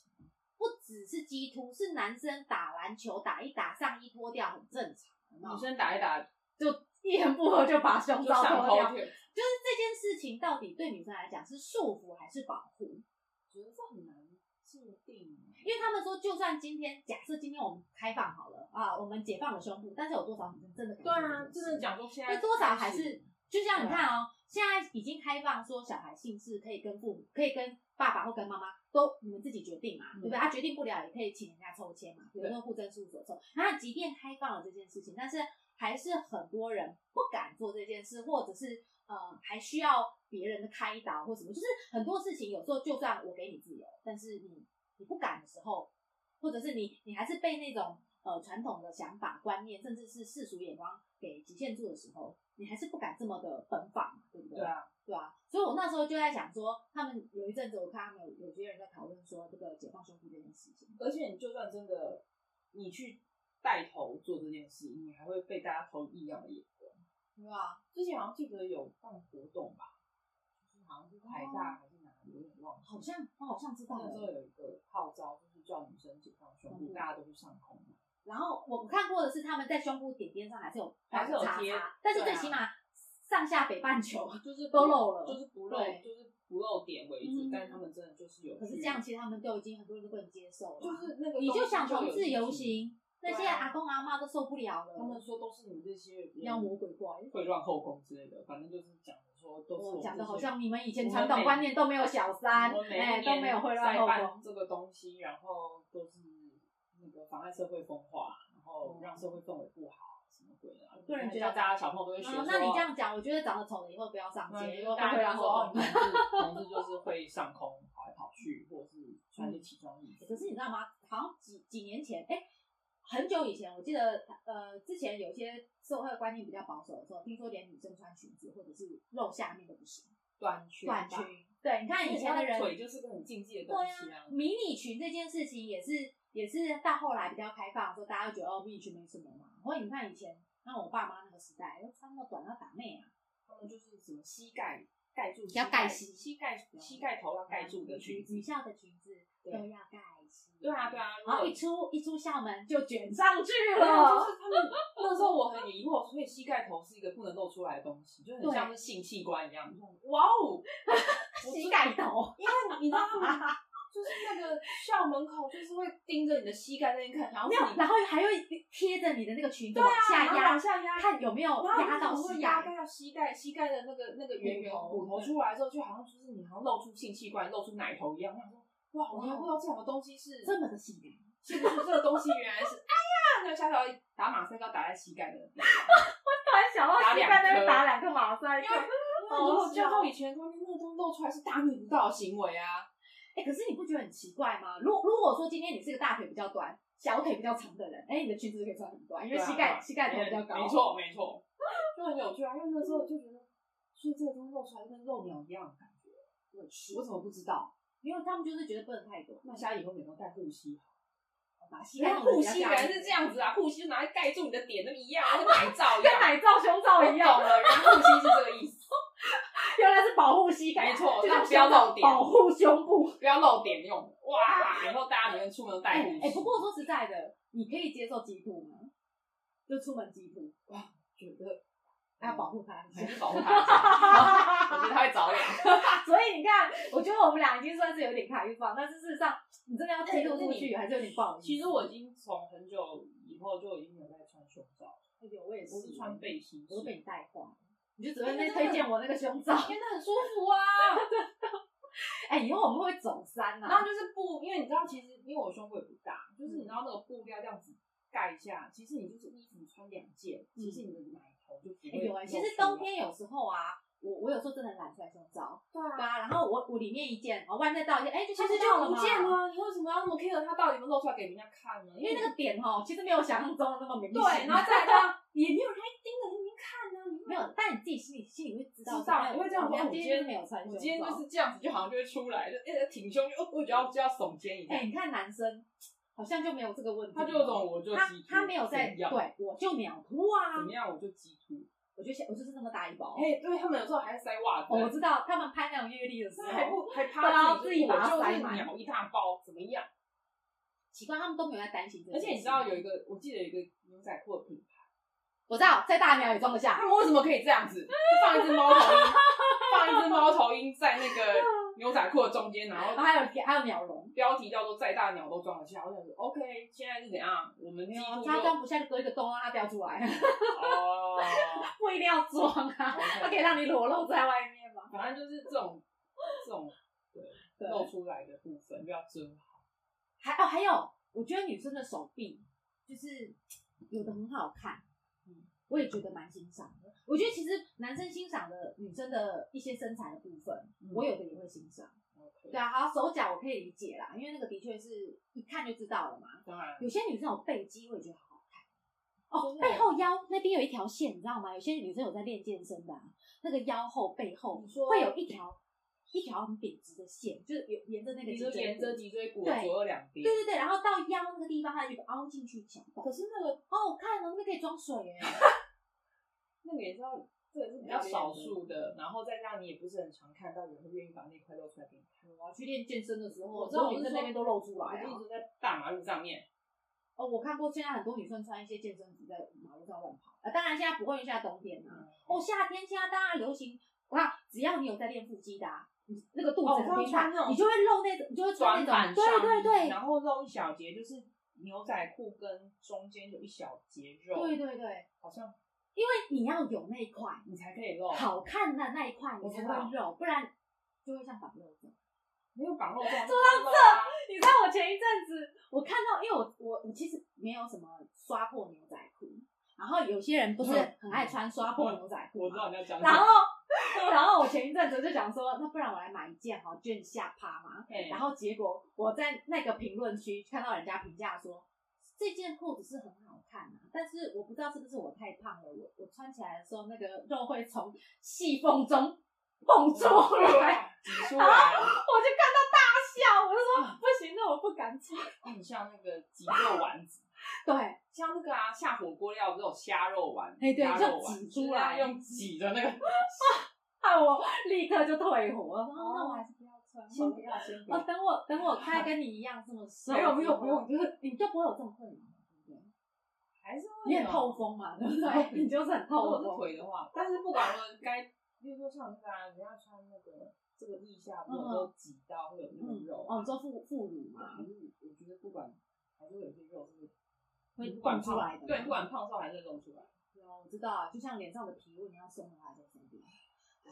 Speaker 1: 不只是鸡突，是男生打篮球打一打上衣脱掉很正常，有没有
Speaker 2: 女生打一打就
Speaker 1: 就一言不合就把胸罩
Speaker 2: 上
Speaker 1: 脱掉，
Speaker 2: 头
Speaker 1: 就
Speaker 2: 去，
Speaker 1: 是这件事情到底对女生来讲是束缚还是保护？
Speaker 2: 觉得这很难界定，
Speaker 1: 因为他们说，就算今天假设今天我们开放好了啊，我们解放了胸部，但是有多少女生真的敢
Speaker 2: 对啊，
Speaker 1: 做这
Speaker 2: 真
Speaker 1: 件事
Speaker 2: 的讲说现
Speaker 1: 那
Speaker 2: 在
Speaker 1: 哎多少
Speaker 2: 开
Speaker 1: 还
Speaker 2: 始啊
Speaker 1: 是就像你看哦、现在已经开放说小孩姓氏可以跟父母，可以跟爸爸或跟妈妈都你们自己决定嘛，
Speaker 2: 嗯
Speaker 1: 对不对？他决定不了也可以请人家抽签嘛，比如
Speaker 2: 对
Speaker 1: 说户政事务所抽。那即便开放了这件事情，但是还是很多人不敢做这件事，或者是呃还需要别人的开导或什么，就是很多事情有时候就算我给你自由，但是你你不敢的时候，或者是你你还是被那种呃传统的想法、观念，甚至是世俗眼光给局限住的时候，你还是不敢这么的奔放，对不对？
Speaker 2: 对啊。
Speaker 1: 对啊，所以我那时候就在想说，他们有一阵子我看他们有有些人在讨论说这个解放胸部这件事情，
Speaker 2: 而且你就算真的你去带头做这件事，你还会被大家投异样的眼光。
Speaker 1: 对啊，
Speaker 2: 之前好像记得有办活动吧，就是好像是台大还是哪里，我有点忘记。
Speaker 1: 好像我好像知道
Speaker 2: 那时
Speaker 1: 了。
Speaker 2: 候有一个号召，就是叫女生解放胸
Speaker 1: 嗯
Speaker 2: 部，大家都去上空嘛。
Speaker 1: 然后我看过的是他们在胸部点点上还是有
Speaker 2: 还是有
Speaker 1: 画个
Speaker 2: 贴
Speaker 1: 叉叉，但是
Speaker 2: 对
Speaker 1: 最
Speaker 2: 啊
Speaker 1: 起码上下北半 球。
Speaker 2: 就是
Speaker 1: 都露了
Speaker 2: 就是不露，
Speaker 1: 对
Speaker 2: 就是不露点为主
Speaker 1: 嗯。
Speaker 2: 但他们真的就是有，
Speaker 1: 可是这样，，其实他们都已经很多人都不能接受了。
Speaker 2: 就是那个
Speaker 1: 你就想
Speaker 2: 同
Speaker 1: 同志游，行，
Speaker 2: 对
Speaker 1: 那
Speaker 2: 啊
Speaker 1: 些阿公阿妈都受不了了，
Speaker 2: 他们说都是你这些人
Speaker 1: 妖魔鬼怪。
Speaker 2: 会乱后宫之类的，反正就是讲说都是我
Speaker 1: 我
Speaker 2: 们
Speaker 1: 讲
Speaker 2: 这
Speaker 1: 的
Speaker 2: 些
Speaker 1: 好像你们以前
Speaker 2: 我们
Speaker 1: 传统
Speaker 2: 每
Speaker 1: 观念都没有小三，
Speaker 2: 我们每一
Speaker 1: 哎，都
Speaker 2: 年
Speaker 1: 没有会乱
Speaker 2: 在
Speaker 1: 后
Speaker 2: 办
Speaker 1: 宫。
Speaker 2: 这个东西，然后都是那个妨碍社会风化，然后让社会氛围不好，什么鬼的、啊。
Speaker 1: 个人觉得
Speaker 2: 叫大家小朋友都会学说、
Speaker 1: 嗯，那你这样讲，我觉得长得丑的以后不要上街，
Speaker 2: 嗯，
Speaker 1: 因为
Speaker 2: 大
Speaker 1: 会
Speaker 2: 家
Speaker 1: 乱
Speaker 2: 就说哦
Speaker 1: 后，
Speaker 2: 你
Speaker 1: 宫。
Speaker 2: 同志同志就是会上空跑来跑去，或者是穿一些奇装异服。
Speaker 1: 嗯可是你知道吗？好像几几年前，哎、很久以前，我记得呃，之前有些社会观念比较保守的时候，听说连女生穿裙子或者是露下面都不行，
Speaker 2: 短裙吧，
Speaker 1: 短裙。对，你看以前的人
Speaker 2: 腿就是个很禁忌的东
Speaker 1: 对
Speaker 2: 西啊
Speaker 1: 啊，。迷你裙这件事情也是也是到后来比较开放的时候，大家就觉得哦，迷你裙没什么嘛。或者你看以前，那我爸妈那个时代，都穿那么短要打妹啊，
Speaker 2: 他们就是什么膝盖盖住，
Speaker 1: 要盖膝
Speaker 2: 膝盖膝盖头要盖住的裙子
Speaker 1: 女。校的裙子都
Speaker 2: 对
Speaker 1: 要盖膝。
Speaker 2: 对啊 对。啊，如
Speaker 1: 然后
Speaker 2: 果
Speaker 1: 一出一出校门就卷上去
Speaker 2: 对啊，
Speaker 1: 了
Speaker 2: 就，是他们那时候我很疑惑，所以膝盖头是一个不能露出来的东西，就很像是性器 官一样。哇哦，我
Speaker 1: 膝盖头。
Speaker 2: 因为你知道他们就是那个
Speaker 3: 校门口就是会盯着你的膝盖那边看，然后
Speaker 1: 没有，然后还会贴着你的那个裙子往下
Speaker 2: 啊
Speaker 3: 然后
Speaker 1: 压
Speaker 3: 往，下压，
Speaker 1: 看有没有
Speaker 3: 然后
Speaker 1: 压到
Speaker 3: 你会
Speaker 1: 膝
Speaker 3: 压
Speaker 1: 盖。
Speaker 3: 到膝盖，膝盖的那个那个圆圆骨头出来之后，就好像就是你好像露出性器官、露出奶头一样。我想说，哇，我
Speaker 1: 哦
Speaker 3: 还不知道这种东西是
Speaker 1: 这么的性感，
Speaker 3: 是不是这个东西原来是哎呀，那下条打马赛克打在膝盖的地 方。
Speaker 1: 突然想到
Speaker 3: 膝盖那边打
Speaker 1: 两个马赛
Speaker 3: 因为
Speaker 2: 哦
Speaker 3: 因为如果教授以前观念，那个东西露出来是大逆不道的行为啊。
Speaker 1: 哎、可是你不觉得很奇怪吗？如如果说今天你是个大腿比较短、小腿比较长的人，哎、你的裙子就可以穿很短，因为膝盖、
Speaker 3: 对啊
Speaker 1: 膝盖头比较高。
Speaker 3: 没。错没错，就很有趣啊。因为那时候就觉得，所以这个东西露出来跟漏鸟一样的感觉。我去，我怎么不知道？
Speaker 1: 因为他们就是觉得不能太多，
Speaker 2: 那虾以后有没有带护膝？
Speaker 1: 把膝
Speaker 3: 你
Speaker 1: 盖
Speaker 3: 看
Speaker 1: 弄得
Speaker 3: 护
Speaker 1: 比较
Speaker 3: 膝
Speaker 1: 大
Speaker 3: 原来是这样子啊，护膝就拿来盖住你的点，那么一样啊，跟奶罩 一样。
Speaker 1: 罩、胸罩
Speaker 3: 我懂了，原来护膝是这个意思，
Speaker 1: 原来是保护膝盖，
Speaker 3: 没错
Speaker 1: 就
Speaker 3: 那
Speaker 1: 像
Speaker 3: 不要
Speaker 1: 胸罩
Speaker 3: 露点
Speaker 1: 保护胸部。
Speaker 3: 不要露点用。哇，以后大家你们出门都带护膝。
Speaker 1: 哎、不过说实在的，你可以接受吉普吗？就出门吉普，
Speaker 2: 觉得
Speaker 1: 要保护它。
Speaker 3: 还是保护他，我觉得他会着凉。
Speaker 1: 所以你看，我觉得我们俩已经算是有点开放，但是事实上，你真的要披露出去，还是有点不好意思。
Speaker 2: 其实我已经从很久以后就已经没有在穿胸罩，
Speaker 1: 哎呦我也是
Speaker 2: 我是穿，背心式。
Speaker 1: 我都被你带坏，你就只会在推荐我那个胸 罩。
Speaker 3: 天那很舒服啊。
Speaker 1: 哎、以后我们会走山
Speaker 2: 然
Speaker 1: 啊
Speaker 2: 后。就是布，因为你知道，其实因为我胸部也不大，就是你知道那个布料这样子盖一下，其实你就是衣服穿两件，其实你的奶头就不
Speaker 1: 哎
Speaker 2: 会
Speaker 1: 有
Speaker 3: 啊
Speaker 2: 露出
Speaker 1: 哎、
Speaker 2: 来。
Speaker 1: 其实冬天有时候啊，我我有时候真的很懒穿胸罩，
Speaker 3: 对
Speaker 1: 对。啊，然后我我里面一件，哦，外面到一件，哎、就
Speaker 3: 其
Speaker 1: 其
Speaker 3: 实
Speaker 1: 实
Speaker 3: 就不
Speaker 1: 嘛
Speaker 3: 见，了，你为什么要那么 care 它到底有没有露出来给人家看呢？
Speaker 1: 因为那个点哦，其实没有想象中的那么明显。
Speaker 3: 对，然后再来它也没有人盯着那边看呢、你
Speaker 1: 没有，但你自己心里心里会知道，
Speaker 2: 知道
Speaker 1: 哎
Speaker 2: 因为这样
Speaker 1: 我
Speaker 2: 说
Speaker 1: 今天就是
Speaker 2: 我今天
Speaker 1: 没有穿胸
Speaker 2: 我
Speaker 1: 罩。
Speaker 2: 今天就是这样子，就好像就会出来，就哎挺胸，就哦我觉得就要耸肩一下
Speaker 1: 哎、，你看男生好像就没有这个问题，
Speaker 2: 他就有种我就
Speaker 1: 他
Speaker 2: 鸡
Speaker 1: 他
Speaker 2: 突
Speaker 1: 没有在
Speaker 2: 怎样
Speaker 1: 对，我就秒突
Speaker 2: 怎
Speaker 1: 啊
Speaker 2: 么！样我就鸡突。
Speaker 1: 我就想，我就是那么大一包。
Speaker 2: 哎，对他们有时候还塞袜子，
Speaker 1: 哦我知道他们拍那种阅历的时
Speaker 2: 那还
Speaker 1: 候，
Speaker 2: 不还
Speaker 1: 然
Speaker 2: 趴
Speaker 1: 后
Speaker 2: 啊自
Speaker 1: 自己把它
Speaker 2: 我
Speaker 1: 塞
Speaker 2: 就是
Speaker 1: 满
Speaker 2: 秒一大包，怎么样？
Speaker 1: 奇怪，他们都没有在担心这
Speaker 2: 而
Speaker 1: 件事
Speaker 2: 且你知道有一个，我记得有一个牛仔裤的品牌。
Speaker 1: 我知道，再大秒也装得下。
Speaker 2: 他啊们为什么可以这样子？就放一只猫头鹰，放一只猫头鹰在那个牛仔裤的中间，然
Speaker 1: 然
Speaker 2: 后
Speaker 1: 后还有还有鸟笼，
Speaker 2: 标题叫做“再大鸟都装得下”。我想说，OK，现在是怎样？我们
Speaker 1: 没
Speaker 2: 基
Speaker 1: 有，啊
Speaker 2: 督就
Speaker 1: 他装不下就隔一个洞让它掉出来，
Speaker 2: 哦，
Speaker 1: 不一定要装啊，它可以让你裸露在外面嘛。
Speaker 2: 反正就是这种这种
Speaker 1: 对，
Speaker 2: 露出来的部分，不要遮好。
Speaker 1: 还哦还有，我觉得女生的手臂就是有的很好看，嗯，我也觉得蛮欣赏的。我觉得其实男生欣赏的女生的一些身材的部分，
Speaker 2: 嗯
Speaker 1: 我有的也会欣赏。对
Speaker 2: OK，
Speaker 1: 啊，好手脚我可以理解啦，因为那个的确是一看就知道了嘛。
Speaker 2: 当然，
Speaker 1: 有些女生有背肌，我也觉得好好看。哦，
Speaker 2: 真的
Speaker 1: 背后腰那边有一条线，你知道吗？有些女生有在练健身的、啊，那个腰后背后
Speaker 2: 你说
Speaker 1: 会有一条一条很笔直的线，就是沿沿着那个
Speaker 2: 你
Speaker 1: 脊
Speaker 2: 说
Speaker 1: 椎
Speaker 2: 沿
Speaker 1: 骨
Speaker 2: 着脊椎骨
Speaker 1: 对
Speaker 2: 左右两边
Speaker 1: 对，对对，然后到腰那个地方，它有一个凹进去的小洞，
Speaker 2: 可是那个
Speaker 1: 好好看哦，那个可以装水哎。
Speaker 2: 那个也是要。这个是比较少数的，然后再加上你也不是很常看到有人会愿意把那块露出来给你看。
Speaker 1: 我要去练健身的时候，
Speaker 2: 我
Speaker 1: 我
Speaker 2: 知道
Speaker 1: 女生那边都露出来
Speaker 2: 我
Speaker 1: 啊
Speaker 2: 跟你。说，在大马路上面，
Speaker 1: 哦，我看过现在很多女生穿一些健身服在马路上乱跑，啊，当然现在不会，因为现在冬天啊。哦，夏天现在大家流行，我看只要你有在练腹肌的、啊，你那个肚子
Speaker 2: 哦我
Speaker 1: 很
Speaker 2: 知道
Speaker 1: 平
Speaker 2: 穿
Speaker 1: 坦
Speaker 2: 那，种
Speaker 1: 你就会露那种，你就会穿那
Speaker 2: 短
Speaker 1: 种，
Speaker 2: 版
Speaker 1: 对对对，
Speaker 2: 然后露一小节，就是牛仔裤跟中间有一小节肉，
Speaker 1: 对对对，
Speaker 2: 好像
Speaker 1: 因为你要有那一块
Speaker 2: 你才可以露。
Speaker 1: 好看的那一块，你
Speaker 2: 我知
Speaker 1: 才
Speaker 2: 道
Speaker 1: 会肉，不然就会像反肉这样。
Speaker 2: 没有绑肉状，做
Speaker 1: 到
Speaker 2: 这
Speaker 1: 你知道我前一阵子我看到，因为我我我其实没有什么刷破牛仔裤，然后有些人不是很爱穿刷破牛仔裤
Speaker 2: 我知
Speaker 1: 吗？
Speaker 2: 道你要 讲什么。
Speaker 1: 然后 然后我前一阵子就想说，那不然我来买一件好卷下趴嘛。
Speaker 2: 嘿
Speaker 1: 然后结果我在那个评论区看到人家评价说。这件裤子是很好看啊，但是我不知道是不是我太胖了，我我穿起来的时候那个肉会从细缝中蹦出来，
Speaker 2: 挤出
Speaker 1: 我就
Speaker 2: 来，
Speaker 1: 看到大笑，我就说不行，那我不敢穿。
Speaker 2: 很像那个挤肉丸子，
Speaker 1: 对，
Speaker 2: 像那个啊，下火锅料不是有虾肉丸，
Speaker 1: 哎对
Speaker 2: 鸭肉丸
Speaker 1: 就挤出来
Speaker 2: 就是要用挤的那个。
Speaker 1: 害啊我立刻就退火了。
Speaker 2: 哦
Speaker 1: 那我还是不要穿好
Speaker 2: 先
Speaker 1: 了。
Speaker 2: 不要，先不
Speaker 1: 哦，
Speaker 2: 要。
Speaker 1: 等我等我快跟你一样这么瘦，
Speaker 2: 没有没有不用，，就是
Speaker 1: 你就不会有这种困扰，对不对？
Speaker 2: 还是会
Speaker 1: 你
Speaker 2: 有
Speaker 1: 很透。风嘛，对不对？你就是很
Speaker 2: 如
Speaker 1: 透
Speaker 2: 果是
Speaker 1: 风。
Speaker 2: 腿的话，但是不管说该，比如说像那个啊，人家穿那个这个腋下部分都挤到会有那种
Speaker 1: 嗯，
Speaker 2: 肉
Speaker 1: 哦，
Speaker 2: 啊，
Speaker 1: 你说副副乳嘛，
Speaker 2: 还是我觉得不管还是会有一些肉是
Speaker 1: 会
Speaker 2: 不管
Speaker 1: 蹦出
Speaker 2: 胖
Speaker 1: 来的
Speaker 2: 对，
Speaker 1: 嘛
Speaker 2: 不管胖瘦还是会露出来。
Speaker 1: 有我知道啊，就像脸上的皮，如果你要松的话，在身边，唉，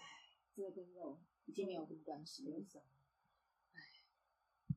Speaker 1: 这个跟肉已经没有什么关系了
Speaker 2: 有。啥